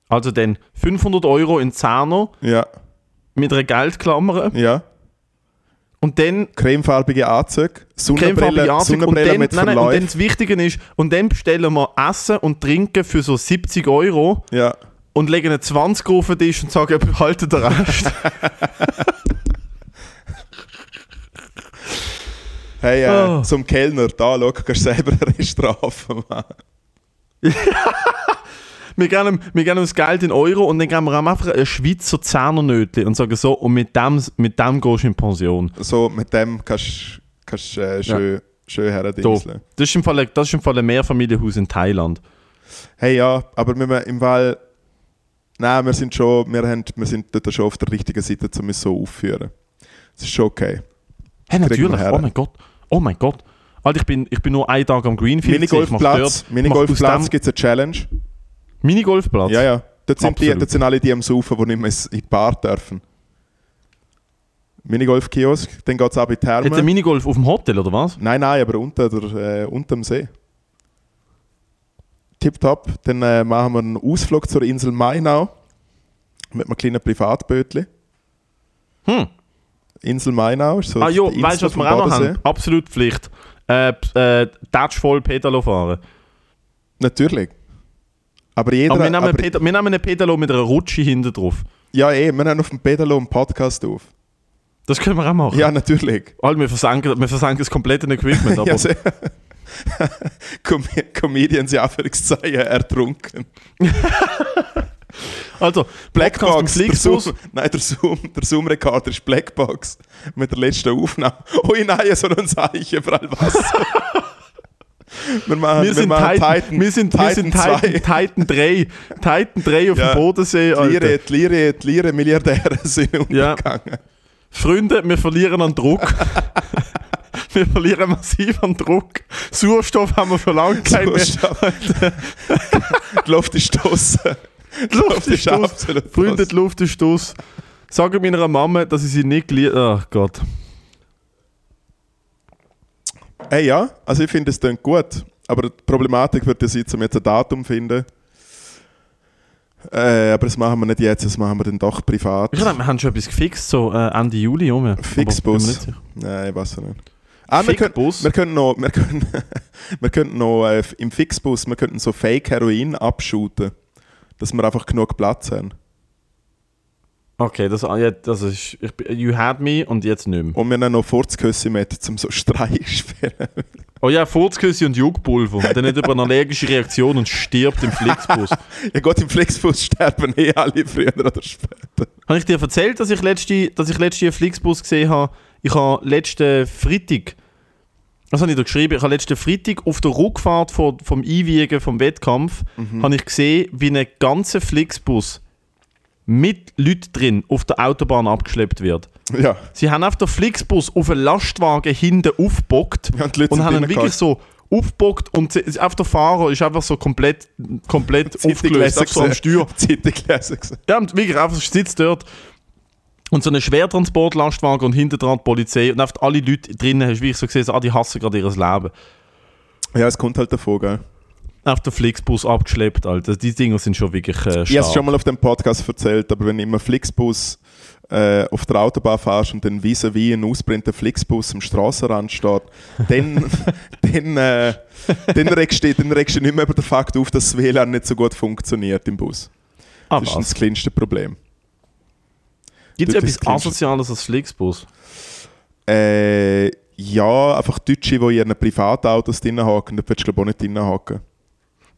Speaker 1: Also dann 500 Euro in Zerner
Speaker 2: Ja,
Speaker 1: mit einer Geldklammer
Speaker 2: ja.
Speaker 1: und dann
Speaker 2: Cremefarbige Anzüge,
Speaker 1: cremefarbige
Speaker 2: Sonnenbrille,
Speaker 1: Anzüge und
Speaker 2: Sonnenbrille
Speaker 1: dann, nein,
Speaker 2: mit
Speaker 1: nein, und dann
Speaker 2: Verläufen.
Speaker 1: das Wichtige ist, und dann bestellen wir Essen und Trinken für so 70 Euro
Speaker 2: Ja.
Speaker 1: und legen einen 20 auf den Tisch und sagen, behaltet den Rest.
Speaker 2: Hey, äh,
Speaker 1: Oh.
Speaker 2: zum Kellner, da, schau, kannst du selber eine Strafe machen.
Speaker 1: Wir geben, ihm- wir geben ihm das Geld in Euro und dann geben wir ihm einfach ein Schweizer Zehnernötli und sagen so, und mit dem, mit dem gehst du in Pension.
Speaker 2: So, mit dem kannst du äh, schön, schön
Speaker 1: Da.
Speaker 2: herdingseln.
Speaker 1: Das, ist im Fall, das ist im Fall ein Mehrfamilienhaus in Thailand.
Speaker 2: Hey, ja, aber wir müssen im Fall. Nein, wir sind schon, wir, haben, wir sind dort schon auf der richtigen Seite, um es so aufzuführen. Das ist schon okay.
Speaker 1: Hey,
Speaker 2: Kriegen
Speaker 1: natürlich.
Speaker 2: wir her.
Speaker 1: Oh mein Gott. Oh mein Gott. Alter, ich bin, ich bin nur einen Tag am Greenfield. gewesen. Ich mach dort-
Speaker 2: Minigolfplatz,
Speaker 1: mach aus
Speaker 2: Minigolfplatz
Speaker 1: dem-
Speaker 2: gibt es eine Challenge.
Speaker 1: Minigolfplatz?
Speaker 2: Ja, ja. Dort sind, die,
Speaker 1: Absolut.
Speaker 2: dort sind alle die am Saufen, die nicht mehr in die Bar dürfen. Minigolf-Kiosk, dann geht es ab in die
Speaker 1: Jetzt ein
Speaker 2: Therme.
Speaker 1: Minigolf auf dem Hotel, oder was?
Speaker 2: Nein, nein, aber unter, der, äh, unter dem See. Tipptopp. Dann äh, machen wir einen Ausflug zur Insel Mainau mit einem kleinen Privatbötli.
Speaker 1: Hm.
Speaker 2: Insel Mainau ist so
Speaker 1: ah
Speaker 2: die
Speaker 1: jo,
Speaker 2: Insel
Speaker 1: weißt du, was
Speaker 2: vom
Speaker 1: wir auch noch
Speaker 2: Bodensee.
Speaker 1: haben? Absolut Pflicht. Äh, p- äh, Touch voll Pedalo fahren.
Speaker 2: Natürlich. Aber jeder...
Speaker 1: Aber wir nehmen,
Speaker 2: aber-
Speaker 1: aber Pedalo, wir nehmen ein Pedalo mit einer Rutsche hinten drauf.
Speaker 2: ja, eh, wir haben auf dem Pedalo einen Podcast auf.
Speaker 1: Das können wir auch machen.
Speaker 2: Ja, natürlich.
Speaker 1: Alter, wir versanken, wir versanken das komplette Equipment. Aber
Speaker 2: Ja, sehr. Com Comedians in Anführungszeichen ertrunken.
Speaker 1: also,
Speaker 2: Blackbox,
Speaker 1: Podcast im
Speaker 2: der
Speaker 1: Flixbus.
Speaker 2: Zoom, nein, der Zoom, der Zoom Recorder ist Blackbox mit der letzten Aufnahme. Ui, nein, so ein Zeichen für all was. wir machen,
Speaker 1: Wir sind
Speaker 2: machen
Speaker 1: Titan, wir sind, wir sind Titan, Titan 3. Titan 3 auf
Speaker 2: Ja.
Speaker 1: dem Bodensee,
Speaker 2: Die Lire,
Speaker 1: Alter.
Speaker 2: die Lire, die Lire Milliardäre sind untergegangen.
Speaker 1: Freunde, wir verlieren an Druck. wir verlieren massiv an Druck. Sauerstoff haben wir schon lange keinen mehr.
Speaker 2: die Luft ist draussen.
Speaker 1: Die Luft ist aus.
Speaker 2: absolut
Speaker 1: Freunde,
Speaker 2: draussen.
Speaker 1: die Luft ist aus. Sage meiner Mama, dass ich sie nicht geliebt Ach Gott.
Speaker 2: Hey, ja, also ich finde, es klingt gut. Aber die Problematik wird ja sein, um jetzt ein Datum zu finden. Äh, aber das machen wir nicht jetzt, das machen wir dann doch privat.
Speaker 1: Ich glaube, wir haben schon etwas gefixt, so äh, Ende Juli rum. Aber
Speaker 2: Fixbus.
Speaker 1: bin mir nicht sicher.
Speaker 2: Nein, ich weiß nicht. Ah, wir, können,
Speaker 1: Fickbus?
Speaker 2: wir können noch, wir können, wir können noch äh, im Fixbus, wir könnten so Fake-Heroin abschuten, dass wir einfach genug Platz haben.
Speaker 1: Okay, das, ah, ja, das ist. Ich, bin- you had me und jetzt nicht mehr.
Speaker 2: Und wir haben noch Furzküsse mit, zum so Streich spielen.
Speaker 1: Oh ja, Furzküsse und Juckpulver. Und dann nicht über eine allergische Reaktion und stirbt im Flixbus.
Speaker 2: ja gut, im Flixbus sterben eh alle früher oder später.
Speaker 1: Habe ich dir erzählt, dass ich letzte, dass ich letzte einen Flixbus gesehen habe? Ich habe letzten Freitag, was habe ich da geschrieben? Ich habe letzten Freitag auf der Rückfahrt von, vom Einwiegen vom Wettkampf,
Speaker 2: Mhm.
Speaker 1: habe ich gesehen, wie ein ganzer Flixbus mit Leuten drin auf der Autobahn abgeschleppt wird.
Speaker 2: Ja,
Speaker 1: Sie haben auf der Flixbus auf einen Lastwagen hinten aufgebockt
Speaker 2: Ja, und die Leute
Speaker 1: und
Speaker 2: sind
Speaker 1: haben ihn
Speaker 2: drinnen
Speaker 1: wirklich so aufgebockt und sie- auf der Fahrer ist einfach so komplett, komplett
Speaker 2: Zeitung
Speaker 1: aufgelöst,
Speaker 2: lesen
Speaker 1: einfach so am
Speaker 2: gesehen.
Speaker 1: Steuer.
Speaker 2: Zeitung lesen. gewesen.
Speaker 1: Ja, und wirklich einfach sitzt dort. Und so ein Schwertransportlastwagen und hinter dran die Polizei und einfach alle Leute drinnen hast, du wirklich so gesehen, so, ah, die hassen gerade ihr Leben.
Speaker 2: Ja, es kommt halt davon, gell?
Speaker 1: Auf den Flixbus abgeschleppt, Alter. Also, Die Dinger sind schon wirklich äh, stark.
Speaker 2: Ich habe es schon mal auf dem Podcast erzählt, aber wenn du immer Flixbus äh, auf der Autobahn fährst und dann vis-à-vis ein ausbrennter Flixbus am Strassenrand steht, dann, dann, äh, dann, regst du, dann regst du nicht mehr über den Fakt auf, dass das WLAN nicht so gut funktioniert im Bus.
Speaker 1: ah,
Speaker 2: Das ist das kleinste Problem.
Speaker 1: Gibt es
Speaker 2: das
Speaker 1: etwas
Speaker 2: klingt schon-
Speaker 1: Asoziales als Flixbus?
Speaker 2: Äh, ja, einfach Deutsche, die in ihren Privatautos drin hocken, da willst du glaube auch nicht drin hocken.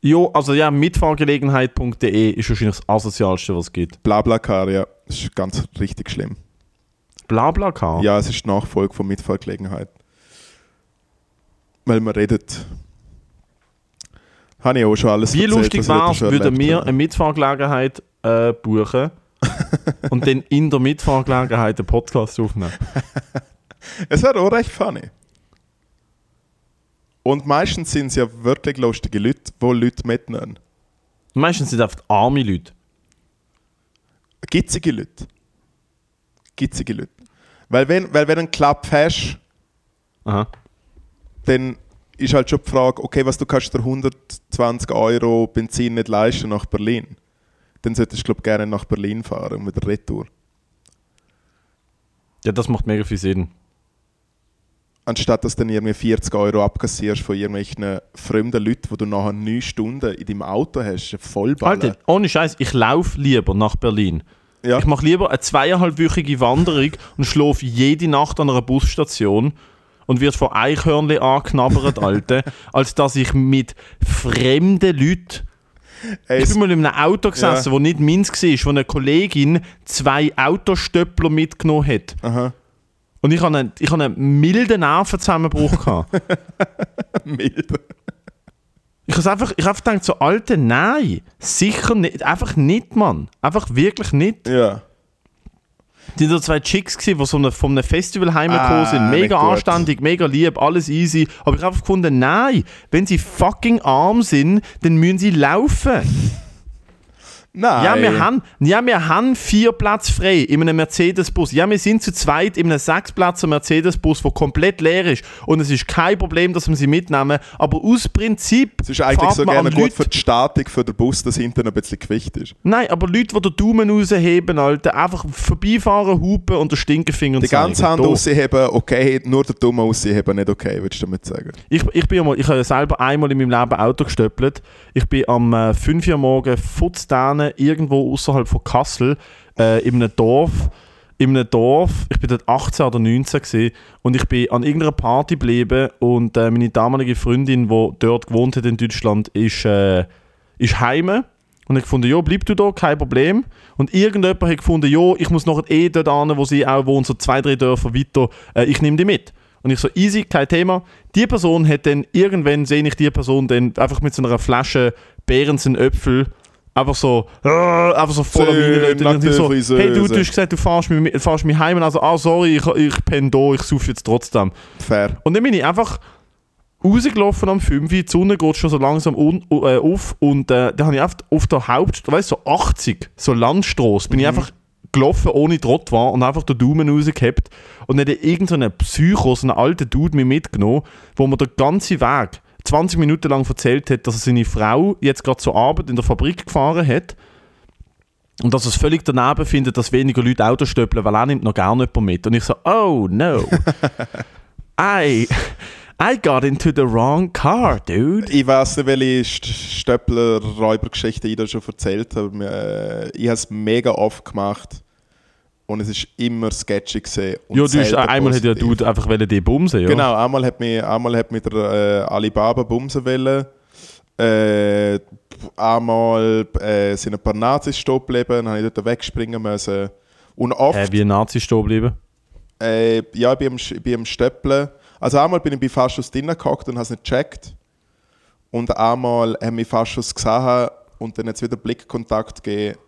Speaker 1: Jo, also ja, mitfahrgelegenheit.de ist wahrscheinlich das Asozialste, was es gibt.
Speaker 2: Blablacar, ja, das ist ganz richtig schlimm.
Speaker 1: Blablacar.
Speaker 2: Ja, es ist die Nachfolge von Mitfahrgelegenheit. Weil man redet. Habe ich auch schon alles
Speaker 1: Wie
Speaker 2: erzählt,
Speaker 1: lustig
Speaker 2: was ich dort
Speaker 1: wäre es,
Speaker 2: schon
Speaker 1: würden
Speaker 2: erlebt
Speaker 1: wir
Speaker 2: habe.
Speaker 1: eine Mitfahrgelegenheit äh, buchen und dann in der Mitfahrgelegenheit einen Podcast aufnehmen?
Speaker 2: Es wäre auch recht funny. Und meistens sind es ja wirklich lustige Leute, die Leute mitnehmen.
Speaker 1: Meistens sind es einfach arme Leute.
Speaker 2: Gitzige Leute. Gitzige Leute. Weil wenn, weil wenn du einen Club hast,
Speaker 1: Aha.
Speaker 2: dann ist halt schon die Frage, okay, was du kannst dir 120 Euro Benzin nicht leisten nach Berlin. Dann solltest du, glaube gerne nach Berlin fahren und wieder retour.
Speaker 1: Ja, das macht mega viel Sinn.
Speaker 2: anstatt dass du dann irgendwie 40 Euro abkassierst von irgendwelchen fremden Leuten, wo du nachher 9 Stunden in deinem Auto hast, ist vollballert.
Speaker 1: Alter, ohne Scheiß, ich laufe lieber nach Berlin.
Speaker 2: Ja.
Speaker 1: Ich mache lieber eine zweieinhalbwöchige Wanderung und schlafe jede Nacht an einer Busstation, und wirst von Eichhörnchen angeknabbert, Alter, als dass ich mit fremden Leuten.
Speaker 2: Ey,
Speaker 1: Ich
Speaker 2: es-
Speaker 1: bin mal in einem Auto gesessen, wo nicht meins war, wo eine Kollegin zwei Autostöppler mitgenommen hat.
Speaker 2: aha,
Speaker 1: Und ich hatte einen, ich hatte einen milden Nervenzusammenbruch. gehabt.
Speaker 2: mild.
Speaker 1: ich habe einfach, ich hab einfach gedacht, so, Alter, nein, sicher nicht, einfach nicht, Mann. Einfach wirklich nicht.
Speaker 2: Ja.
Speaker 1: Die sind so zwei Chicks, gewesen, die so eine, von einem Festival heimgekommen
Speaker 2: Ah,
Speaker 1: sind.
Speaker 2: nicht
Speaker 1: Mega
Speaker 2: gut.
Speaker 1: anständig, mega lieb, alles easy. Aber ich habe einfach gefunden, nein, wenn sie fucking arm sind, dann müssen sie laufen.
Speaker 2: Nein.
Speaker 1: Ja wir, haben, ja, wir haben vier Plätze frei in einem Mercedes-Bus. Ja, wir sind zu zweit in einem sechsplätzer Mercedes-Bus, der komplett leer ist. Und es ist kein Problem, dass wir sie mitnehmen. Aber aus Prinzip.
Speaker 2: Es ist eigentlich
Speaker 1: fährt
Speaker 2: so
Speaker 1: man
Speaker 2: gerne
Speaker 1: an
Speaker 2: gut
Speaker 1: Leute-
Speaker 2: für die Statik, für den Bus, dass hinten ein bisschen Gewicht ist.
Speaker 1: Nein, aber Leute, die den Daumen rausheben, Alter, einfach vorbeifahren, hupen und den Stinkefinger
Speaker 2: Die ganze
Speaker 1: zeigen.
Speaker 2: Hand
Speaker 1: Da.
Speaker 2: rausheben, okay, nur der Dumme rausheben, nicht okay, würdest du damit sagen?
Speaker 1: Ich, ich, bin ja mal, ich habe ja selber einmal in meinem Leben Auto gestöppelt. Ich bin am äh, 5 Uhr morgen Futzdanen irgendwo außerhalb von Kassel äh, in einem Dorf. In einem Dorf, ich bin dort 18 oder 19 gewesen, und ich bin an irgendeiner Party geblieben und äh, meine damalige Freundin, die dort gewohnt hat in Deutschland, ist, äh, ist heime. Und ich fand, ja, bleib du da, kein Problem. Und irgendjemand hat gefunden, ja, ich muss noch eh dort an, wo sie auch wohnt, so zwei, drei Dörfer weiter, äh, ich nehme die mit. Und ich so, easy, kein Thema. Die Person hat dann, irgendwann sehe ich die Person dann einfach mit so einer Flasche Beeren sind Äpfel, einfach so, äh, einfach so voller
Speaker 2: Zehn
Speaker 1: Weinleute. Und ich so,
Speaker 2: Naturfriseuse.
Speaker 1: hey du, du hast gesagt, du fahrst mich, mit- fahrst mich heim. Und also, ah, sorry, ich, ich penne da, ich suche jetzt trotzdem.
Speaker 2: Fair.
Speaker 1: Und dann bin ich einfach rausgelaufen am 5 Uhr, die Sonne geht schon so langsam un, u- äh, auf und äh, dann habe ich einfach auf der Haupt, weißt du, so 80, so Landstraße, bin ich einfach gelaufen, ohne Trott war und einfach den Daumen rausgehabt und dann hat irgend so ein Psycho, so ein alter Dude mich mitgenommen, wo mir den ganzen Weg 20 Minuten lang erzählt hat, dass er seine Frau jetzt gerade zur Arbeit in der Fabrik gefahren hat und dass er es völlig daneben findet, dass weniger Leute Autos stöppeln, weil er nimmt noch gar nicht mit. Und ich so, oh no. I, I got into the wrong car, dude.
Speaker 2: Ich weiß nicht, welche St- Stöppler-Räubergeschichte ich da schon erzählt habe, aber äh, ich habe es mega oft gemacht und es ist immer sketchy gesehen.
Speaker 1: Ja, du hast, einmal hat ja Dude einfach wollen die bumsen, ja.
Speaker 2: Genau, einmal hat mich, einmal hat mich der äh, Alibaba bumsen wollen. Äh, einmal äh, sind ein paar Nazis stehen geblieben, dann habe ich dort wegspringen müssen. Und oft
Speaker 1: Äh, wie ein Nazi stehen bleiben.
Speaker 2: äh, ja, ich bin, am, Sch- ich bin am Stöppeln. Also einmal bin ich bei Faschus drinnen gehockt und habe es nicht gecheckt. Und einmal haben mich Faschus gesehen und dann jetzt wieder Blickkontakt gegeben.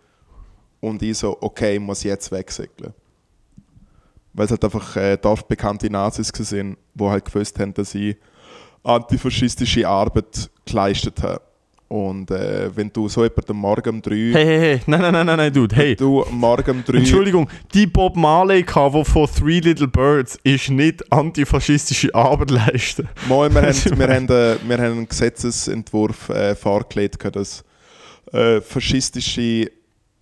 Speaker 2: Und ich so, okay, ich muss jetzt wegsegeln. Weil es halt einfach äh, dorfbekannte Nazis waren, die halt gewusst haben, dass ich antifaschistische Arbeit geleistet habe. Und äh, wenn du so jemanden morgen um drei,
Speaker 1: Hey, hey, hey, nein, nein, nein, nein, nein, Dude, hey.
Speaker 2: du morgen um drei
Speaker 1: Entschuldigung, die Bob Marley Cover von Three Little Birds ist nicht antifaschistische Arbeit leisten.
Speaker 2: Moin, wir haben, wir, haben, äh, wir haben einen Gesetzesentwurf äh, vorgelegt, gehabt, dass äh, faschistische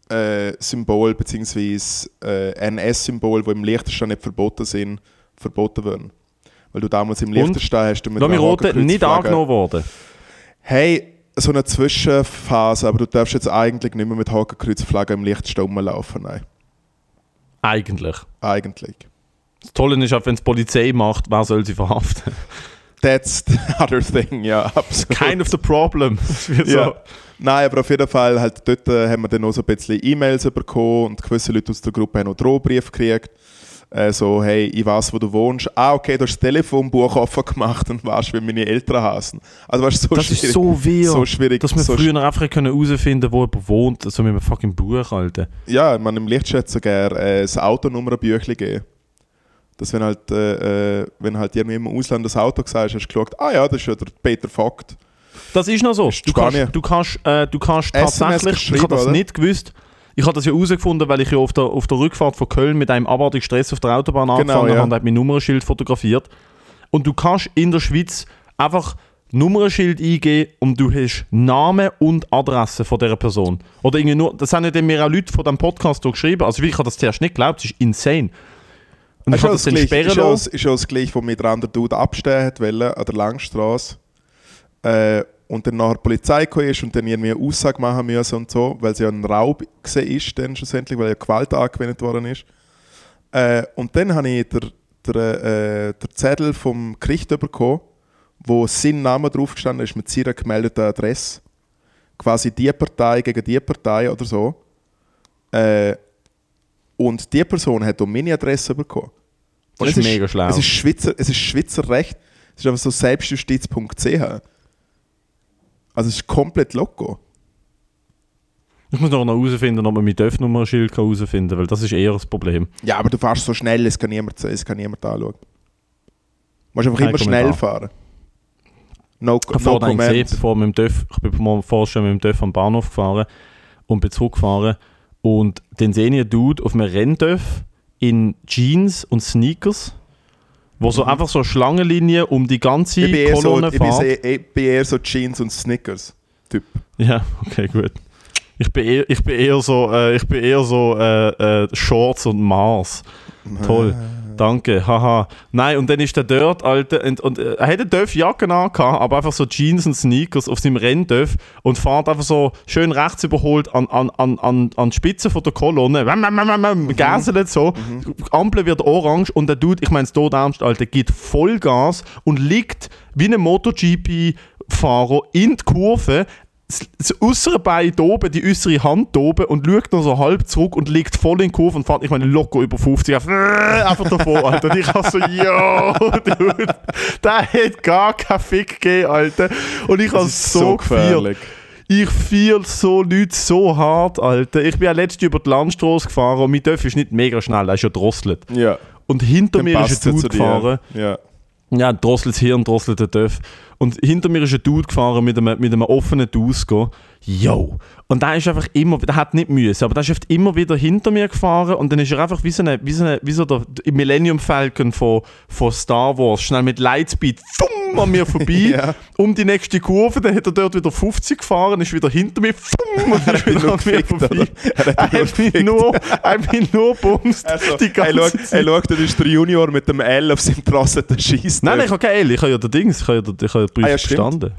Speaker 2: äh, Symbole bzw. Äh, NS-Symbole, die im Liechtenstein nicht verboten sind, verboten werden. Weil du damals im Liechtenstein hast du mit
Speaker 1: Lass mich
Speaker 2: einer
Speaker 1: roten, nicht
Speaker 2: Hakenkreuzflagge-
Speaker 1: angenommen worden.
Speaker 2: Hey, so eine Zwischenphase, aber du darfst jetzt eigentlich nicht mehr mit Hakenkreuzflagge im Liechtenstein rumlaufen, nein.
Speaker 1: Eigentlich.
Speaker 2: Eigentlich.
Speaker 1: Das Tolle ist auch, wenn es die Polizei macht, wer soll sie verhaften?
Speaker 2: That's the other thing, ja, absolut.
Speaker 1: Kind of the problem. Das ist wie so.
Speaker 2: Ja. Nein, aber auf jeden Fall, halt, dort äh, haben wir dann auch so ein bisschen E-Mails bekommen und gewisse Leute aus der Gruppe haben auch Drohbriefe gekriegt. Äh, so, hey, ich weiß, wo du wohnst. Ah, okay, du hast das Telefonbuch offen gemacht und weißt, wie meine Eltern heißen. Also, weißt, du, so
Speaker 1: Das
Speaker 2: schwierig.
Speaker 1: ist so weird.
Speaker 2: so schwierig.
Speaker 1: Dass wir
Speaker 2: so
Speaker 1: früher einfach können herausfinden wo jemand wohnt, so mit einem fucking Buch, Alter.
Speaker 2: sch- Ja, man im Lichtschätz sogar äh, das Autonummernbüchli geben. Dass wenn halt, äh, äh, wenn halt irgendwie im Ausland das Auto gesagt hast, hast du geschaut, ah ja, das ist ja der Peter Vogt.
Speaker 1: Das ist noch so.
Speaker 2: Ist
Speaker 1: Du
Speaker 2: Spanien.
Speaker 1: kannst, du kannst, äh, du kannst
Speaker 2: SMS
Speaker 1: tatsächlich, ich
Speaker 2: geschrieben,
Speaker 1: habe das
Speaker 2: oder?
Speaker 1: nicht gewusst, ich habe das ja herausgefunden, weil ich ja auf der, auf der Rückfahrt von Köln mit einem abartigen Stress auf der Autobahn angefangen
Speaker 2: Genau, ja.
Speaker 1: habe und habe mein Nummernschild fotografiert. Und du kannst in der Schweiz einfach Nummernschild eingeben und du hast Name und Adresse von dieser Person. Oder irgendwie nur, das haben ja dann mir auch Leute von diesem Podcast hier geschrieben, also ich habe das zuerst nicht geglaubt, das ist insane. Und ich
Speaker 2: Ist ja
Speaker 1: habe das
Speaker 2: das
Speaker 1: dann
Speaker 2: gleiche,
Speaker 1: sperren
Speaker 2: ist ja
Speaker 1: lassen.
Speaker 2: das- ist ja das gleiche, wo mir der andere Dude abstehen hat wollen, an der Langstrasse. Äh, und dann nachher die Polizei gekommen ist und dann irgendwie eine Aussage machen müssen und so, weil es ja ein Raub war dann schlussendlich, weil ja Gewalt angewendet worden ist. Äh, und dann habe ich der, der, äh, der Zettel vom Gericht bekommen, wo sein Name drauf gestanden ist mit seiner gemeldeten Adresse. Quasi die Partei gegen die Partei oder so. Äh, und die Person hat um meine Adresse bekommen.
Speaker 1: Das
Speaker 2: Und
Speaker 1: ist
Speaker 2: es
Speaker 1: mega schlau.
Speaker 2: Es ist, Schweizer, es ist Schweizer Recht. Es ist einfach so selbstjustiz.ch. Also es ist komplett loco.
Speaker 1: Ich muss noch herausfinden, ob man mit Öffnummernschild herausfinden kann, weil das ist eher das Problem.
Speaker 2: Ja, aber du fährst so schnell, es kann niemand, es kann niemand anschauen. Du musst einfach
Speaker 1: Kein
Speaker 2: immer schnell
Speaker 1: Kommentar.
Speaker 2: fahren. No,
Speaker 1: Ich habe
Speaker 2: no
Speaker 1: vorhin gesehen,
Speaker 2: comment.
Speaker 1: bevor wir im Dörf, ich bin mal vorher schon mit dem Dörf am Bahnhof gefahren und bin zurückgefahren. Und dann sehe ich einen Dude auf einem Renndörf in Jeans und Sneakers, wo so einfach so eine Schlangenlinie um die ganze
Speaker 2: Mhm. Ich bin, eher so,
Speaker 1: Kolonne
Speaker 2: ich, bin
Speaker 1: fährt.
Speaker 2: eher, ich bin eher so Jeans und Snickers. Typ.
Speaker 1: Ja, okay, gut. Ich bin eher, ich bin eher so, äh, ich bin eher so äh, äh, Shorts und Mars. Toll. Danke, haha. Nein, und dann ist der dort, Alter, und, und äh, er hätte Dörf Jacken angehabt, aber einfach so Jeans und Sneakers auf seinem Renndörf und fährt einfach so schön rechts überholt an, an, an, an, an die Spitze von der Kolonne. Wam, wam, wam, wam, wam, Gäselt so. Die Ampel wird orange und der Dude, ich meine es tot ernst, Alter, gibt Vollgas und liegt wie ein MotoGP-Fahrer in die Kurve, das- das äußere Bein da oben, die äußere Hand da oben und schaut noch so halb zurück und liegt voll in die Kurve und fährt, ich meine, locker über 50 auf, einfach davor, Alter. Und ich hab so, yo, Dude, der hat gar keinen Fick gegeben, Alter. Und ich hab so gefeiert. Ich feiere so Leute so hart, Alter. Ich bin ja letztens über die Landstraße gefahren und mein Dörf ist nicht mega schnell, er ist ja drosselt.
Speaker 2: Ja.
Speaker 1: Und hinter mir ist
Speaker 2: passt's
Speaker 1: ein
Speaker 2: ja
Speaker 1: Dude
Speaker 2: zu dir.
Speaker 1: gefahren,
Speaker 2: Ja.
Speaker 1: ja, drosseltes Hirn, drosselter Dörf. Und hinter mir ist ein Dude gefahren mit einem, mit einem offenen Dusko. Yo! Und der ist einfach immer, der hat nicht müssen, aber der ist oft immer wieder hinter mir gefahren und dann ist er einfach wie so, eine, wie so, eine, wie so der Millennium Falcon von, von Star Wars, schnell mit Lightspeed, fumm, an mir vorbei,
Speaker 2: Ja.
Speaker 1: um die nächste Kurve, dann hat er dort wieder 50 gefahren, ist wieder hinter mir, fumm, und ist wieder an mir vorbei. Er hat mich nur, er hat mich nur bumst,
Speaker 2: Also,
Speaker 1: die ganze
Speaker 2: er schaut,
Speaker 1: Zeit.
Speaker 2: er schaut, das ist der Junior mit dem L auf seinem Trassen, der schießt.
Speaker 1: Nein, nein, ich habe kein L, ich habe ja den Dings, ich habe ja den, ich habe ja den Brief
Speaker 2: Äh, Ah, ja, stimmt.
Speaker 1: bestanden.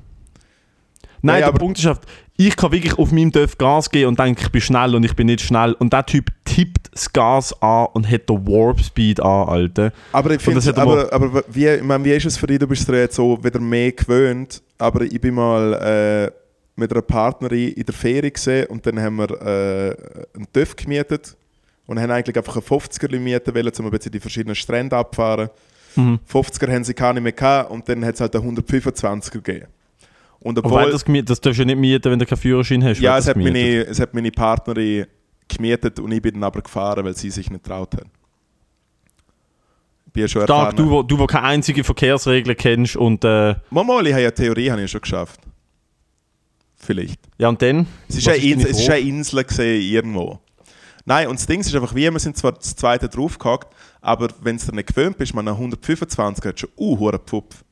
Speaker 1: Nein,
Speaker 2: Ja,
Speaker 1: der
Speaker 2: aber-
Speaker 1: Punkt ist, einfach, ich kann wirklich auf meinem Dörf Gas geben und denke, ich bin schnell und ich bin nicht schnell. Und der Typ tippt das Gas an und hat den Warp Speed an, Alter.
Speaker 2: Aber ich
Speaker 1: Und das
Speaker 2: finde,
Speaker 1: hat er
Speaker 2: aber, aber wie, ich meine, wie ist es für dich? Du bist dir jetzt so wieder mehr gewöhnt, aber ich bin mal äh, mit einer Partnerin in der Ferie gesehen und dann haben wir äh, einen TÜV gemietet und haben eigentlich einfach einen 50er gemietet, weil jetzt um ein bisschen die verschiedenen Strände abfahren.
Speaker 1: Mhm.
Speaker 2: 50er haben sie gar nicht mehr gehabt und dann hat es halt einen 125er gegeben. Und
Speaker 1: Und
Speaker 2: obwohl,
Speaker 1: weil das, gemi- das darfst du ja nicht mieten, wenn du keinen Führerschein hast.
Speaker 2: ja,
Speaker 1: weil
Speaker 2: es
Speaker 1: das
Speaker 2: hat,
Speaker 1: gemietet.
Speaker 2: meine, es hat meine Partnerin gemietet und ich bin dann aber gefahren, weil sie sich nicht traut hat. Ich bin ja schon
Speaker 1: Stark,
Speaker 2: erfahren.
Speaker 1: du, wo, du, wo keine einzige Verkehrsregel kennst und, äh,
Speaker 2: Mal, ich habe ja Theorie habe ich schon geschafft. Vielleicht.
Speaker 1: ja und dann?
Speaker 2: Es ist,
Speaker 1: Was
Speaker 2: eine,
Speaker 1: deine
Speaker 2: Insel, es ist
Speaker 1: Frage?
Speaker 2: eine Insel gesehen irgendwo. Nein, und das Ding ist einfach wie, wir sind zwar das zweite draufgehackt, aber wenn es dir nicht gewöhnt bist, man 125 hat schon uh, hoher Pfupf.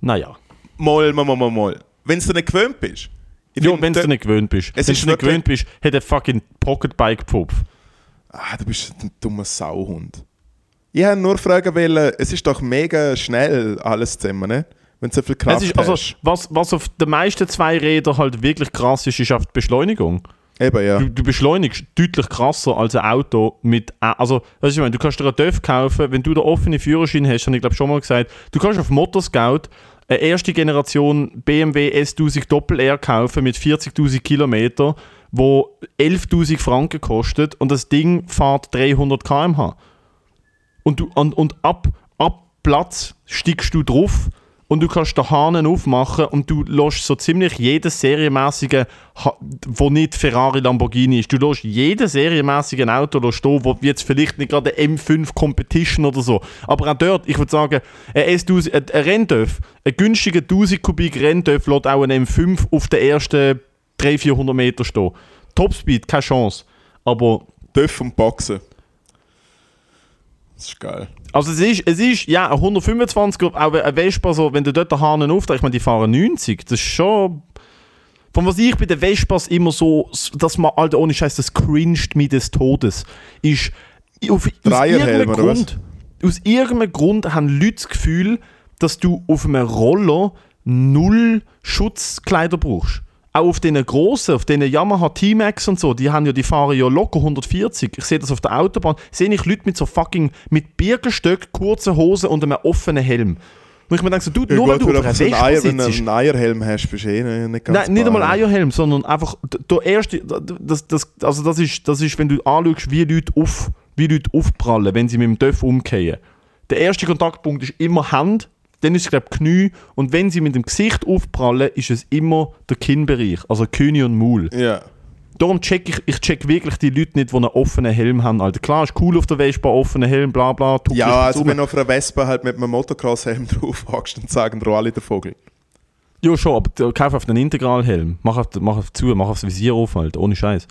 Speaker 1: Naja.
Speaker 2: Mal, mal, mal, mal, mal. Wenn es dir nicht gewöhnt bist. Ich
Speaker 1: Jo,
Speaker 2: bin-
Speaker 1: wenn du nicht gewöhnt bist. Wenn
Speaker 2: Es
Speaker 1: du
Speaker 2: ist
Speaker 1: nicht
Speaker 2: wirklich-
Speaker 1: gewöhnt bist, hat er fucking Pocketbike-Pupf.
Speaker 2: Ah, du bist ein dummer Sauhund. Ich wollte nur fragen, weil äh, es ist doch mega schnell alles zusammen, ne? Wenn du so viel Kraft
Speaker 1: Es ist, also,
Speaker 2: hast.
Speaker 1: was, was auf den meisten Zweirädern halt wirklich krass ist, ist auf die Beschleunigung.
Speaker 2: Eben, ja.
Speaker 1: Du, du beschleunigst deutlich krasser als ein Auto mit. a- Also, weißt du, ich meine, du kannst dir einen TÜV kaufen, wenn du den offenen Führerschein hast, habe ich glaube schon mal gesagt, du kannst auf Motorscout eine erste Generation BMW S1000 Doppel-R kaufen mit 40.000 Kilometern, wo 11.000 Franken kostet und das Ding fährt 300 km/h. Und, du, und, und ab, ab Platz steigst du drauf und du kannst den Hahn aufmachen und du lässt so ziemlich jeden serienmäßigen, Ha- wo nicht Ferrari Lamborghini ist, du lässt jeden serienmäßigen Auto lässt stehen, wo jetzt vielleicht nicht gerade ein M5 Competition oder so, aber auch dort, ich würde sagen, ein, S1000, ein, ein Renndorf, ein günstiger 1000 Kubik Renndorf lässt auch ein M5 auf den ersten 300-400 Meter stehen. Topspeed, keine Chance. Aber
Speaker 2: Dürfen und Boxen. Das ist geil.
Speaker 1: Also es ist, es ist ja, ein 125er, auch ein Vespa, so, wenn du dort den Hahn aufträgst, ich meine, die fahren 90, das ist schon... Von was ich bei den Vespas immer so, dass man, Alter, ohne Scheiß, das cringed mich des Todes, ist, auf, aus
Speaker 2: Dreierhelm,
Speaker 1: irgendeinem
Speaker 2: oder was?
Speaker 1: Grund, aus irgendeinem Grund haben Leute das Gefühl, dass du auf einem Roller null Schutzkleider brauchst. auch auf diesen grossen, auf diesen Yamaha T-Max und so, die haben ja, die fahren ja locker 140. Ich sehe das auf der Autobahn. Sehe ich Leute mit so fucking, mit Birkenstöck, kurzen Hosen und einem offenen Helm. Und ich mir denke so, du, nur
Speaker 2: Gut,
Speaker 1: weil du
Speaker 2: wenn
Speaker 1: auf einer
Speaker 2: so einen Eier,
Speaker 1: Weste
Speaker 2: wenn du
Speaker 1: sitzt.
Speaker 2: einen Eierhelm hast, bist du eh nicht- nicht ganz
Speaker 1: Nein, nicht einmal
Speaker 2: bar.
Speaker 1: Eierhelm, sondern einfach d- der erste, d- das, das, also das ist, das ist, wenn du anschaust, wie Leute, auf, wie Leute aufprallen, wenn sie mit dem Döff umkehren. Der erste Kontaktpunkt ist immer Hand, dann ist es glaube ich Knie und wenn sie mit dem Gesicht aufprallen, ist es immer der Kinnbereich, also Knie und Maul.
Speaker 2: Ja.
Speaker 1: Darum check ich, ich check wirklich die Leute nicht, die einen offenen Helm haben, Alter. Klar, ist cool auf der Vespa, offener Helm, bla bla, tuck dich
Speaker 2: Ja, also
Speaker 1: um.
Speaker 2: wenn du auf einer Vespa halt mit einem Motocross-Helm drauf hockst, dann sagen dir alle der Vogel.
Speaker 1: Ja schon, aber äh, kauf auf einen Integralhelm, mach auf, mach auf zu, mach aufs Visier auf, Alter, ohne Scheiß.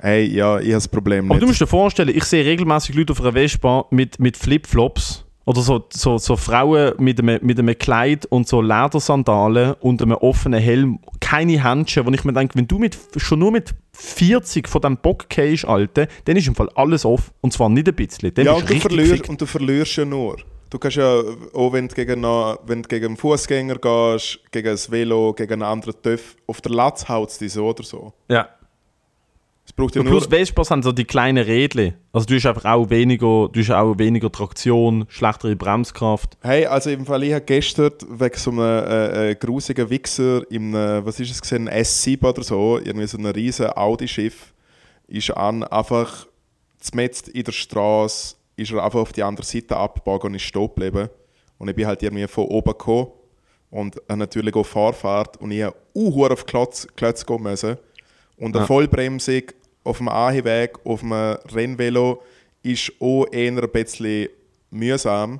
Speaker 2: Hey, ja, ich habe das Problem
Speaker 1: Aber du
Speaker 2: nicht.
Speaker 1: musst dir vorstellen, ich sehe regelmäßig Leute auf einer Vespa mit, mit Flipflops oder so, so, so Frauen mit einem, mit einem Kleid und so Ledersandalen und einem offenen Helm, keine Handschuhe, wo ich mir denke, wenn du mit, schon nur mit 40 von diesem Bock gehst, Alter, dann ist im Fall alles off und zwar nicht ein bisschen. Dann
Speaker 2: ja,
Speaker 1: bist
Speaker 2: und du,
Speaker 1: richtig
Speaker 2: verlierst,
Speaker 1: gefickt.
Speaker 2: und du verlierst ja nur. Du kannst ja, auch wenn du gegen, einen- wenn du gegen einen Fußgänger gehst, gegen ein Velo, gegen einen anderen Töff, auf der Latz haut es dich so oder so.
Speaker 1: Ja.
Speaker 2: Es braucht ja
Speaker 1: Und
Speaker 2: nur.
Speaker 1: plus Vespas haben so die kleinen Rädchen. Also du hast einfach auch weniger, du hast auch weniger Traktion, schlechtere Bremskraft.
Speaker 2: Hey, also im Fall, ich habe gestern wegen so einem äh, äh, grusigen Wichser im, äh, was ist es gesehen, S7 oder so, irgendwie so einem riesen Audi-Schiff, ist an, einfach zmetzt in der Straße, ist er einfach auf die andere Seite abgebogen und ist stehen geblieben. Und ich bin halt irgendwie von oben gekommen und habe natürlich auch Fahrfahrt und ich habe uh, auf die Klotz, Klötz gehen müssen. Und eine Vollbremsung auf dem Anhiweg, auf einem Rennvelo, ist auch eher ein bisschen mühsam.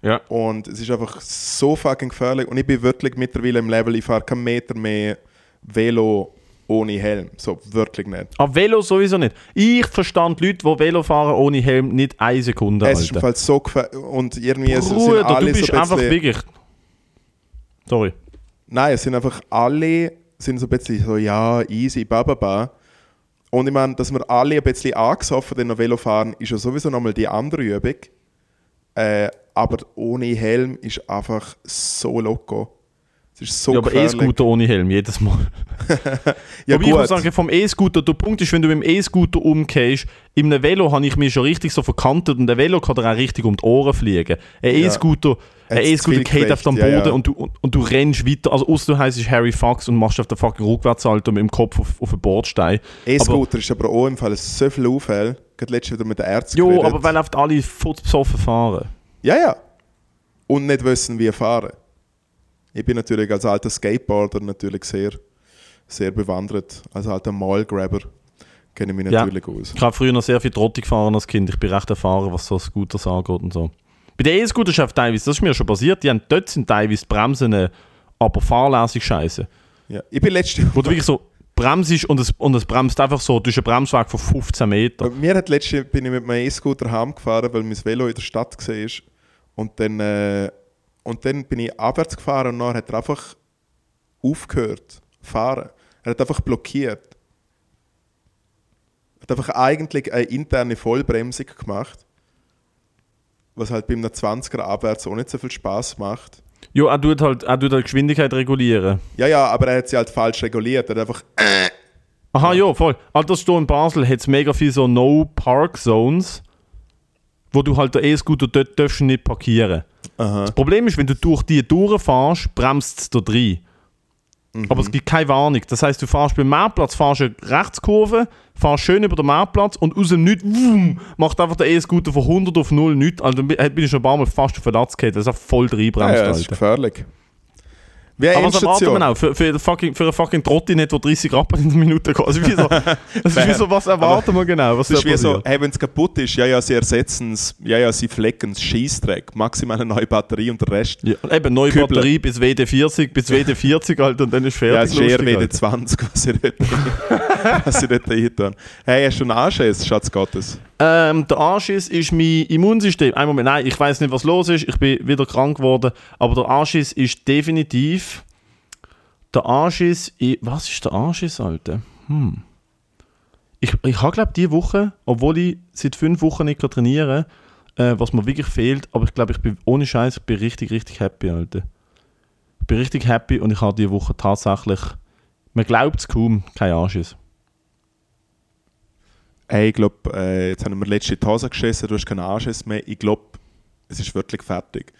Speaker 1: Ja.
Speaker 2: Und es ist einfach so fucking gefährlich. Und ich bin wirklich mittlerweile im Level, ich fahre keinen Meter mehr Velo ohne Helm. So, wirklich nicht.
Speaker 1: Aber Ah, Velo sowieso nicht. Ich verstand Leute, die Velo fahren ohne Helm, nicht eine Sekunde,
Speaker 2: Es ist im
Speaker 1: Alter.
Speaker 2: Fall so gefährlich. Und irgendwie es sind
Speaker 1: Bruder,
Speaker 2: alle
Speaker 1: du bist
Speaker 2: so ein
Speaker 1: einfach
Speaker 2: bisschen...
Speaker 1: wirklich. Sorry.
Speaker 2: Nein, es sind einfach alle sind so ein bisschen so, ja, easy, bababa. Und ich meine, dass wir alle ein bisschen angesoffen den Velo fahren, ist ja sowieso nochmal die andere Übung. Äh, aber ohne Helm ist einfach so loco. Es ist so
Speaker 1: Ja, aber eh
Speaker 2: gefährlich.
Speaker 1: E-Scooter ohne Helm, jedes Mal.
Speaker 2: ja,
Speaker 1: aber ich muss sagen, vom E-Scooter, der Punkt ist, wenn du mit dem E-Scooter umgehst, in einem Velo habe ich mich schon richtig so verkantet und ein Velo kann dir auch richtig um die Ohren fliegen. Ein
Speaker 2: Ja.
Speaker 1: E-Scooter, ein
Speaker 2: Hat's
Speaker 1: E-Scooter
Speaker 2: zu viel
Speaker 1: geht auf den
Speaker 2: Gewicht,
Speaker 1: Boden
Speaker 2: ja, ja.
Speaker 1: Und, du, und, und du rennst weiter. Also, außer du heisst Harry Fox und machst auf der fucking Rückwärtsalter mit dem Kopf auf, auf den Bordstein. Aber-
Speaker 2: E-Scooter ist aber auch im Fall so viel Unfälle. Gerade letztens wieder mit den Ärzten
Speaker 1: Jo,
Speaker 2: geredet.
Speaker 1: aber weil oft alle futzbesoffen fahren.
Speaker 2: Ja, ja. Und nicht wissen, wie fahren. Ich bin natürlich als alter Skateboarder natürlich sehr, sehr bewandert. Als alter Mallgrabber kenne ich mich
Speaker 1: Ja.
Speaker 2: natürlich aus.
Speaker 1: Ich habe früher noch sehr viel Trotti gefahren als Kind. Ich bin recht erfahren, was so Scooters angeht und so. Bei den E-Scooters ist teilweise, das ist mir schon passiert, die haben dort sind teilweise die Bremsen, äh, aber fahrlässig scheiße.
Speaker 2: Ja. Ich bin letzte
Speaker 1: Wo du wirklich so bremst und es, und es bremst einfach so durch einen Bremsweg von 15 Metern.
Speaker 2: Mir hat letzte bin ich mit meinem E-Scooter heimgefahren, weil mein Velo in der Stadt war. Und dann, äh, und dann bin ich abwärts gefahren und dann hat er einfach aufgehört fahren. Er hat einfach blockiert. Er hat einfach eigentlich eine interne Vollbremsung gemacht. Was halt beim 20er abwärts auch nicht so viel Spaß macht.
Speaker 1: Ja, er tut halt, er tut halt Geschwindigkeit regulieren.
Speaker 2: Ja, ja, aber er hat sie halt falsch reguliert. Er hat einfach
Speaker 1: Aha, ja, voll. Alter, hier in Basel hat es mega viel so No-Park-Zones, wo du halt den E-Scooter dort darfst du nicht parkieren. Das Problem ist, wenn du durch die durchfährst, bremst es da rein.
Speaker 2: Mhm.
Speaker 1: Aber es gibt keine Warnung. Das heißt, du fährst beim Marktplatz, fährst eine Rechtskurve, fährst schön über den Marktplatz und aus dem Nichts wumm, macht einfach der E-Scooter von 100 auf 0 nichts. Also bin bin ich schon ein paar Mal fast auf den Latz gefallen, dass er voll reinbremst,
Speaker 2: ja, das ist
Speaker 1: Alter.
Speaker 2: gefährlich. Wie eine
Speaker 1: halt. Aber was erwartet
Speaker 2: Endstation.
Speaker 1: man auch? Für, für, den fucking, für einen fucking Trotti nicht, der 30 Rappen in der Minute geht. Also wie so, das ist wie so, was erwarten wir genau? Was
Speaker 2: Das ist
Speaker 1: da
Speaker 2: wie so,
Speaker 1: passiert?
Speaker 2: hey, wenn es kaputt ist, ja, ja, sie ersetzen es, ja, ja, sie flecken es, Scheißdreck, maximal eine neue Batterie und der Rest. Ja,
Speaker 1: ja, eben, neue
Speaker 2: Kübler.
Speaker 1: Batterie bis WD40, bis WD40, Alter, und dann ist fertig.
Speaker 2: es ist eher
Speaker 1: lustig,
Speaker 2: wieder
Speaker 1: Alter.
Speaker 2: 20, was sie dort, was sie dort rein tun. Hey, hast du einen Anschiss, Schatz Gottes?
Speaker 1: Ähm, der Anschiss ist mein Immunsystem. Ein Moment, nein, ich weiß nicht, was los ist. Ich bin wieder krank geworden. Aber der Anschiss ist definitiv. Der Anschiss. i- Was ist der Anschiss, Alter? Hm. Ich, ich habe, glaube diese Woche, obwohl ich seit fünf Wochen nicht trainieren äh, was mir wirklich fehlt, aber ich glaube, ich bin ohne Scheiß, ich bin richtig, richtig happy, Alter. Ich bin richtig happy und ich habe diese Woche tatsächlich Man glaubt es kaum, kein Anschiss.
Speaker 2: Hey, ich glaube, äh, jetzt haben wir letzte Tasse geschissen, du hast keinen Anschiss mehr. Ich glaube, es ist wirklich fertig.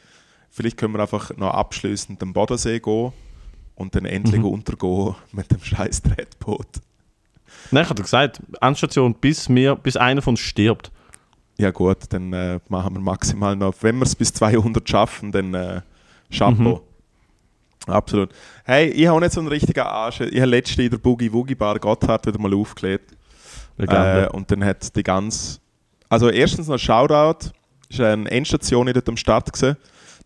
Speaker 2: Vielleicht können wir einfach noch abschließend am Bodensee gehen und dann endlich untergehen mit dem scheiß Tretboot.
Speaker 1: Nein, ich habe gesagt, Endstation, bis, wir, bis einer von uns stirbt.
Speaker 2: Ja gut, dann äh, machen wir maximal noch, wenn wir es bis 200 schaffen, dann äh, Chapeau.
Speaker 1: Mhm.
Speaker 2: Absolut. Hey, ich habe auch nicht so einen richtigen Arsch. Ich habe letzte in der Boogie Woogie Bar Gotthard wieder mal aufgelegt. Äh,
Speaker 1: Legende.
Speaker 2: und dann hat die ganze. Also, erstens noch ein Shoutout. Ist eine Endstation dort am Start. Gewesen.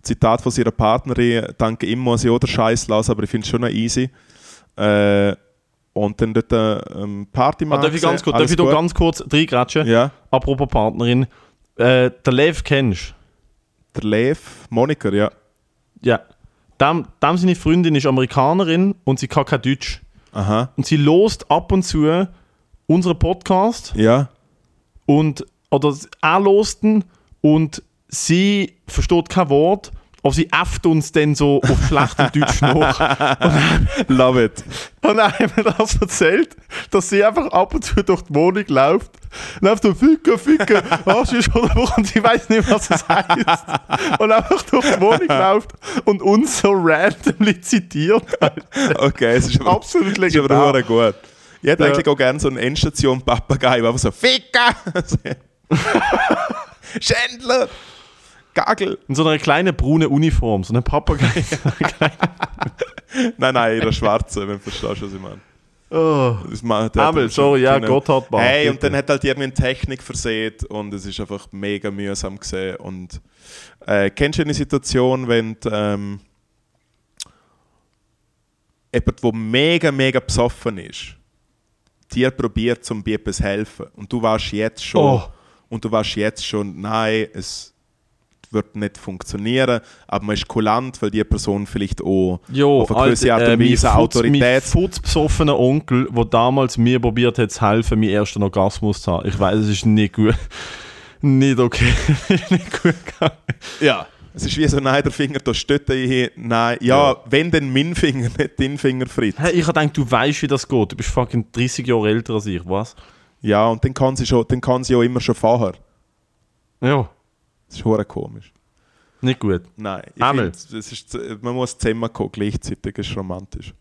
Speaker 2: Zitat von ihrer Partnerin: Danke immer, muss ich auch den Scheiß lassen, aber ich finde es schon noch easy. Äh, und dann dort äh, ähm, Party
Speaker 1: Ah,
Speaker 2: machen.
Speaker 1: darf ich ganz kurz,
Speaker 2: alles
Speaker 1: darf ich da ganz kurz reingratschen?
Speaker 2: Ja,
Speaker 1: Apropos Partnerin. Äh, der Lev kennst
Speaker 2: der Lev, Moniker, ja.
Speaker 1: du? Ja. Dem, dem seine Freundin ist Amerikanerin und sie kann kein Deutsch.
Speaker 2: Aha,
Speaker 1: Und sie lost ab und zu unseren Podcast
Speaker 2: ja.
Speaker 1: und oder er lost ihn und sie versteht kein Wort, aber sie äfft uns dann so auf schlechtem Deutsch nach.
Speaker 2: Love it.
Speaker 1: Und dann haben wir das erzählt, dass sie einfach ab und zu durch die Wohnung läuft. Läuft so Ficker, Ficker, Arsch ist schon und sie weiß nicht, was es heißt. Und einfach durch die Wohnung läuft und uns so randomly zitiert.
Speaker 2: Okay, es ist aber,
Speaker 1: Absolut
Speaker 2: es ist
Speaker 1: legendär.
Speaker 2: aber verdammt gut. Ich hätte
Speaker 1: genau. Ja.
Speaker 2: eigentlich auch gerne so einen Endstation-Papagei, der einfach so Ficker! Schändler! Gagel!
Speaker 1: In so einer kleinen braunen Uniform, so einem Papagei.
Speaker 2: Nein, nein, ihre Schwarze, wenn du verstehst, was ich meine.
Speaker 1: oh.
Speaker 2: Das macht
Speaker 1: Abel, sorry, ja, Gotthard Bar,
Speaker 2: Hey, und
Speaker 1: bitte.
Speaker 2: dann hat halt irgendwie eine Technik versehen und es ist einfach mega mühsam gesehen. Und äh, kennst du eine Situation, wenn du, ähm, jemand, der mega, mega besoffen ist, dir probiert, zum Bibes zu helfen und du weißt jetzt schon,
Speaker 1: Oh.
Speaker 2: und du weißt jetzt schon, nein, es wird nicht funktionieren, aber man ist kulant, weil die Person vielleicht auch
Speaker 1: Jo,
Speaker 2: auf eine gewisse Art
Speaker 1: äh,
Speaker 2: und
Speaker 1: mein
Speaker 2: Weise
Speaker 1: futz- Mein
Speaker 2: Autorität
Speaker 1: futzbesoffener Onkel, der damals mir probiert hat zu helfen, meinen ersten Orgasmus zu haben. Ich weiß, es ist nicht gut. Nicht okay. nicht gut gegangen.
Speaker 2: Ja. Es ist wie so, nein, der Finger da steht hier. Nein, ja, wenn denn mein Finger, nicht dein Finger, Fritz.
Speaker 1: Hey, ich hab gedacht, du weißt, wie das geht. Du bist fucking 30 Jahre älter als ich, was?
Speaker 2: Ja, und dann kann sie schon, dann kann sie ja immer schon vorher.
Speaker 1: Ja.
Speaker 2: Das ist hure komisch.
Speaker 1: Nicht gut.
Speaker 2: Nein, ich
Speaker 1: Einmal.
Speaker 2: find, das ist, zu- man muss zusammen gucken, gleichzeitig ist romantisch.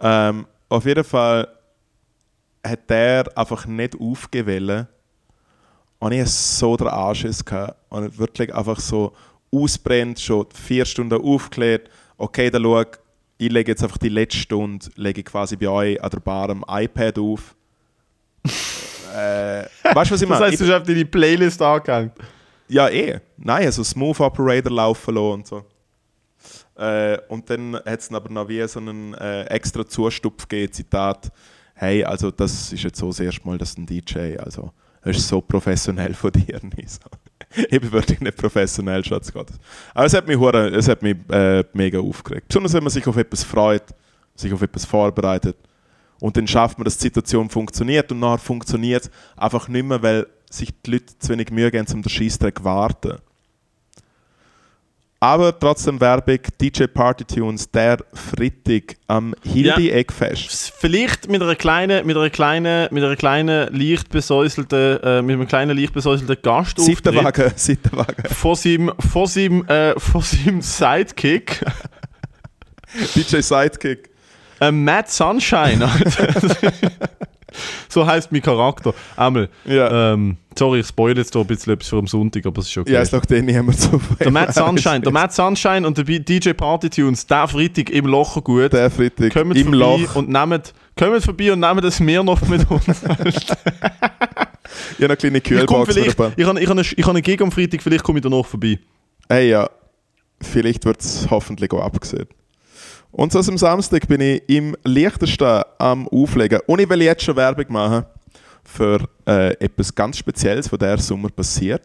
Speaker 2: Ähm, auf jeden Fall hat der einfach nicht aufgewählt. Und ich hatte so den Anschiss. gehabt. Und wirklich einfach so ausbrennt, schon vier Stunden aufgeklärt. Okay, dann schau, ich lege jetzt einfach die letzte Stunde lege ich quasi bei euch an der Bar am iPad auf. äh, weißt du, was ich meine? Ich-
Speaker 1: hast auf deine Playlist angehängt.
Speaker 2: ja, eh. Nein, also Smooth Operator laufen lassen und so. Äh, und dann hat es aber noch wie so einen äh, extra Zustupf gegeben, Zitat. Hey, also das ist jetzt so das erste Mal, dass ein DJ, also das ist so professionell von dir, Nisa. ich bin wirklich nicht professionell, Schatz Gottes. Aber es hat mich, hure- es hat mich äh, mega aufgeregt. Besonders wenn man sich auf etwas freut, sich auf etwas vorbereitet. Und dann schafft man, dass die Situation funktioniert und nachher funktioniert es einfach nicht mehr, weil sich die Leute zu wenig Mühe geben, um den Scheißdreck zu warten. Aber trotzdem Werbung, DJ Party Tunes, der Freitag am Hildi-Eckfest.
Speaker 1: Vielleicht mit einer kleinen, mit einer kleinen, mit einer kleinen leicht besäuselten, äh, mit einem kleinen leicht besäuselten Gast
Speaker 2: Seitenwagen, Seitenwagen.
Speaker 1: vor seinem, vor seinem, äh, vor seinem Sidekick.
Speaker 2: DJ Sidekick.
Speaker 1: Äh, Matt Sunshine, Alter. so heißt mein Charakter. Einmal.
Speaker 2: Ja,
Speaker 1: Ähm, sorry, ich spoil jetzt hier ein bisschen etwas für am Sonntag, aber es ist okay.
Speaker 2: ja ist doch den niemand so
Speaker 1: Der Matt Sunshine, der Matt Sunshine und der B- DJ Party Tunes, der Freitag im Locher gut.
Speaker 2: Der Freitag
Speaker 1: Kommt
Speaker 2: im
Speaker 1: vorbei
Speaker 2: Loch.
Speaker 1: und nehmt, kommt vorbei und nehmt das Meer noch mit uns.
Speaker 2: Ich habe eine kleine
Speaker 1: ich komme
Speaker 2: Kühlbox
Speaker 1: vielleicht, ich habe, ich habe, ich habe einen Gig am Freitag, vielleicht komme ich danach vorbei.
Speaker 2: Hey ja, vielleicht wird es hoffentlich auch abgesehen. Und sonst am Samstag bin ich im leichtesten am Auflegen. Und ich will jetzt schon Werbung machen für äh, etwas ganz Spezielles, was der Sommer passiert.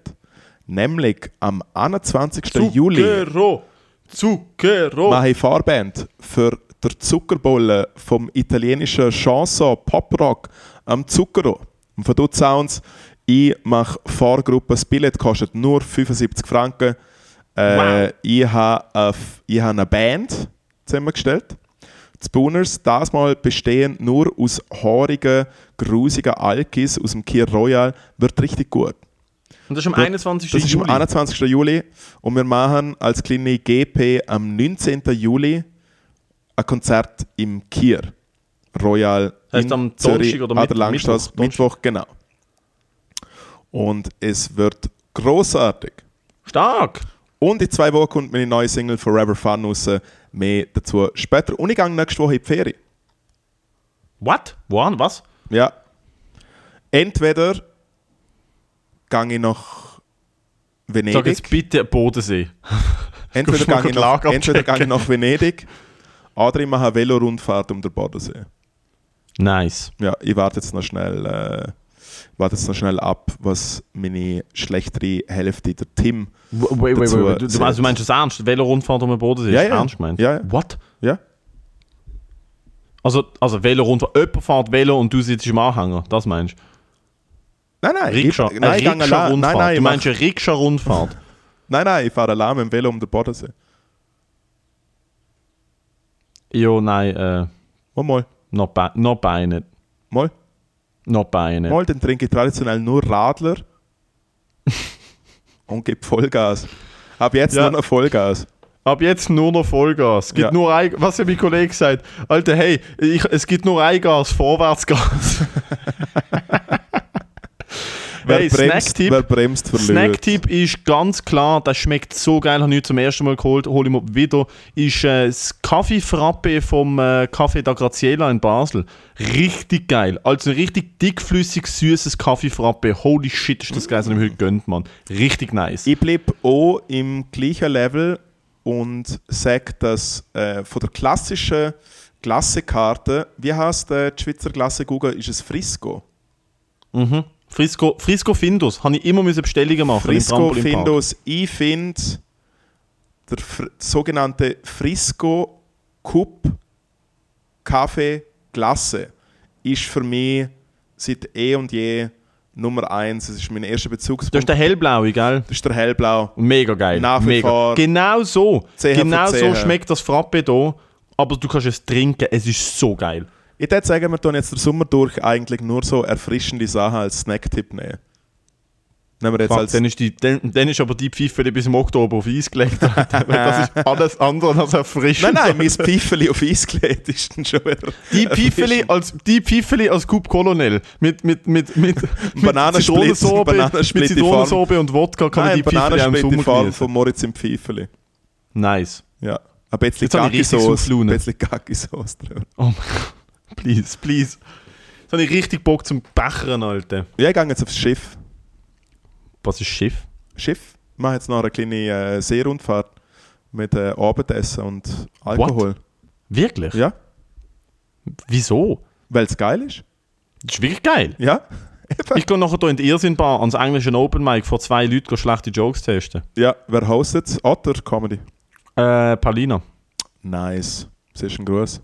Speaker 2: Nämlich am 21. Juli
Speaker 1: Zucchero, Zucchero.
Speaker 2: mache ich Fahrband für der Zuckerbolle vom italienischen Chanson Poprock am Zucchero. Und von dort Sounds, ich mache Fahrgruppe. Das Billett kostet nur 75 Franken. Äh,
Speaker 1: Wow.
Speaker 2: Ich habe eine, F- ich habe eine Band zusammengestellt. Die Spooners, das Mal bestehend nur aus haarigen, grusigen Alkis aus dem Kier Royal, wird richtig gut.
Speaker 1: Und das ist am 21.
Speaker 2: Das ist am
Speaker 1: Juli.
Speaker 2: 21. Juli und wir machen als kleine GP am 19. Juli ein Konzert im Kier Royal
Speaker 1: Heißt
Speaker 2: in
Speaker 1: am
Speaker 2: Zürich
Speaker 1: Donnerstag oder
Speaker 2: an der
Speaker 1: Mittwoch?
Speaker 2: Langstrasse,
Speaker 1: Mittwoch,
Speaker 2: Mittwoch, genau. Und es wird großartig.
Speaker 1: Stark!
Speaker 2: Und in zwei Wochen kommt meine neue Single Forever Fun raus. Mehr dazu später. Und ich gehe nächste Woche in die Ferien.
Speaker 1: What? Woan? Was?
Speaker 2: Ja. Entweder gehe ich nach
Speaker 1: Sag
Speaker 2: Venedig.
Speaker 1: jetzt bitte Bodensee.
Speaker 2: Entweder
Speaker 1: Gehst du mal
Speaker 2: gehe
Speaker 1: gut
Speaker 2: ich, nach-
Speaker 1: Lager
Speaker 2: entweder gehe ich
Speaker 1: abchecken?
Speaker 2: nach Venedig oder ich mache eine Velorundfahrt um den Bodensee.
Speaker 1: Nice.
Speaker 2: Ja, ich warte jetzt noch schnell, äh, ich warte jetzt noch schnell ab, was meine schlechtere Hälfte, der Tim.
Speaker 1: Wait, wait, wait,
Speaker 2: Dazu
Speaker 1: wait. Du, du, meinst, du meinst das ernst? Velorundfahrt um den Bodensee?
Speaker 2: Ja,
Speaker 1: ist
Speaker 2: ja.
Speaker 1: Ernst gemeint?
Speaker 2: Ja, ja.
Speaker 1: What?
Speaker 2: Ja,
Speaker 1: Also, also Velorundfahrt. Jemand fährt Velo und du sitzt im Anhänger. Das meinst du?
Speaker 2: nein, nein.
Speaker 1: Rikscha.
Speaker 2: ich, nein, ich gehe
Speaker 1: Eine
Speaker 2: allein.
Speaker 1: Rikscha-Rundfahrt.
Speaker 2: nein, nein,
Speaker 1: du
Speaker 2: ich mach,
Speaker 1: meinst eine Rikscha-Rundfahrt?
Speaker 2: nein, nein, ich fahre allein mit dem Velo um den Bodensee.
Speaker 1: jo, nein. Äh,
Speaker 2: Mal, mal,
Speaker 1: not, by, not by nicht.
Speaker 2: mal,
Speaker 1: Not by nicht.
Speaker 2: mal, dann trinke ich traditionell nur Radler und gebe Vollgas. Ab jetzt
Speaker 1: Ja.
Speaker 2: nur noch Vollgas.
Speaker 1: Ab jetzt nur noch Vollgas. Es gibt
Speaker 2: Ja.
Speaker 1: nur ein, was hat mein Kollege gesagt? Alter, hey, ich, es gibt nur ein Gas, Vorwärtsgas. hey, Snacktipp.
Speaker 2: wer bremst, verliert.
Speaker 1: Snacktipp ist ganz klar, das schmeckt so geil, habe ich heute zum ersten Mal geholt, hole ich mir wieder, ist äh, das Kaffeefrappe vom äh, Café da Graziella in Basel. Richtig geil. Also ein richtig dickflüssig, süßes Kaffeefrappe. Holy shit, ist das geil, das habe ich mir heute gönnt, Mann. Richtig nice.
Speaker 2: Ich bleibe auch im gleichen Level und sage, dass äh, von der klassischen Klassekarte, wie heißt äh, die Schweizer Klasse Google, ist es Frisco.
Speaker 1: Frisco, Frisco Findus, habe ich immer müssen Bestellungen machen. im
Speaker 2: Frisco
Speaker 1: Trampolinpark.
Speaker 2: Findus, ich finde der fr sogenannte Frisco Cup Kaffee Glasse ist für mich seit eh und je Nummer eins. Es ist mein erster
Speaker 1: Das ist
Speaker 2: Bezugspunkt.
Speaker 1: der hellblaue, gell?
Speaker 2: Das ist der hellblau.
Speaker 1: Mega geil.
Speaker 2: Nach wie
Speaker 1: Mega.
Speaker 2: vor.
Speaker 1: Genau so.
Speaker 2: 10 von
Speaker 1: genau so
Speaker 2: 10.
Speaker 1: schmeckt das Frappe hier. Aber du kannst es trinken, es ist so geil.
Speaker 2: Ich würde sagen, wir tun jetzt den Sommer durch eigentlich nur so erfrischende Sachen als Snacktipp nehmen. Nehmen wir jetzt
Speaker 1: Fuck,
Speaker 2: als.
Speaker 1: halt, dann, ist die, dann, dann ist aber die Pfeife bis im Oktober auf Eis gelegt. Alter. das ist alles andere als
Speaker 2: Nein,
Speaker 1: erfrischend.
Speaker 2: nein, mein Pfiffeli auf Eis gelegt ist dann schon wieder.
Speaker 1: Die Pfeifeli als, die Pfeifeli als Coupe Colonel mit, mit, mit, mit, mit
Speaker 2: Bananensplit-
Speaker 1: Zitronensorbe-
Speaker 2: Bananensplit
Speaker 1: mit
Speaker 2: in Form.
Speaker 1: Zitronensorbe und Wodka kann
Speaker 2: Nein,
Speaker 1: man die Pfeifeli auch im
Speaker 2: Bananensplit in
Speaker 1: Sommer
Speaker 2: Form
Speaker 1: genießen.
Speaker 2: von Moritz im Pfiffeli.
Speaker 1: Nice.
Speaker 2: Ja. Ein bisschen
Speaker 1: Jetzt habe ich richtig
Speaker 2: Gaggisauce. Ein
Speaker 1: Sufflaune.
Speaker 2: bisschen Gaggisauce drauf.
Speaker 1: Oh mein Gott. Please, please. Jetzt habe ich richtig Bock zum Bechern, Alter.
Speaker 2: Ja, ich gehe jetzt aufs Schiff.
Speaker 1: Was ist Schiff?
Speaker 2: Schiff? Ich mache jetzt noch eine kleine äh, Seerundfahrt mit äh, Abendessen und Alkohol.
Speaker 1: Wirklich?
Speaker 2: Ja,
Speaker 1: Wieso?
Speaker 2: weil es geil ist.
Speaker 1: Das ist wirklich geil.
Speaker 2: Ja,
Speaker 1: Ich gehe nachher hier in die Irrsinn Bar ans englischen Open Mic vor zwei Leuten gehen schlechte Jokes testen.
Speaker 2: ja. wer hostet Otter Comedy.
Speaker 1: Äh, Paulina.
Speaker 2: Nice. Das ist ein Gruß.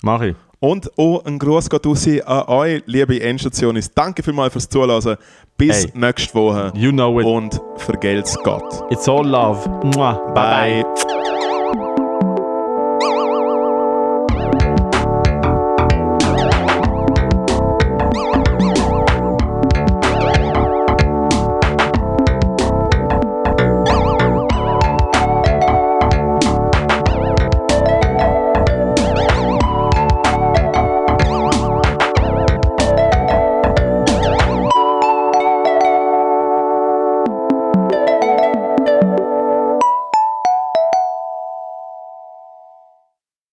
Speaker 1: Mach ich.
Speaker 2: Und auch ein Gruß geht raus an euch, liebe Endstationis. Danke vielmals fürs Zuhören. Bis
Speaker 1: Hey.
Speaker 2: nächste Woche.
Speaker 1: Oh, You know it.
Speaker 2: Und vergelt's Gott.
Speaker 1: It's all love. Mua. Bye. bye.
Speaker 2: Bye.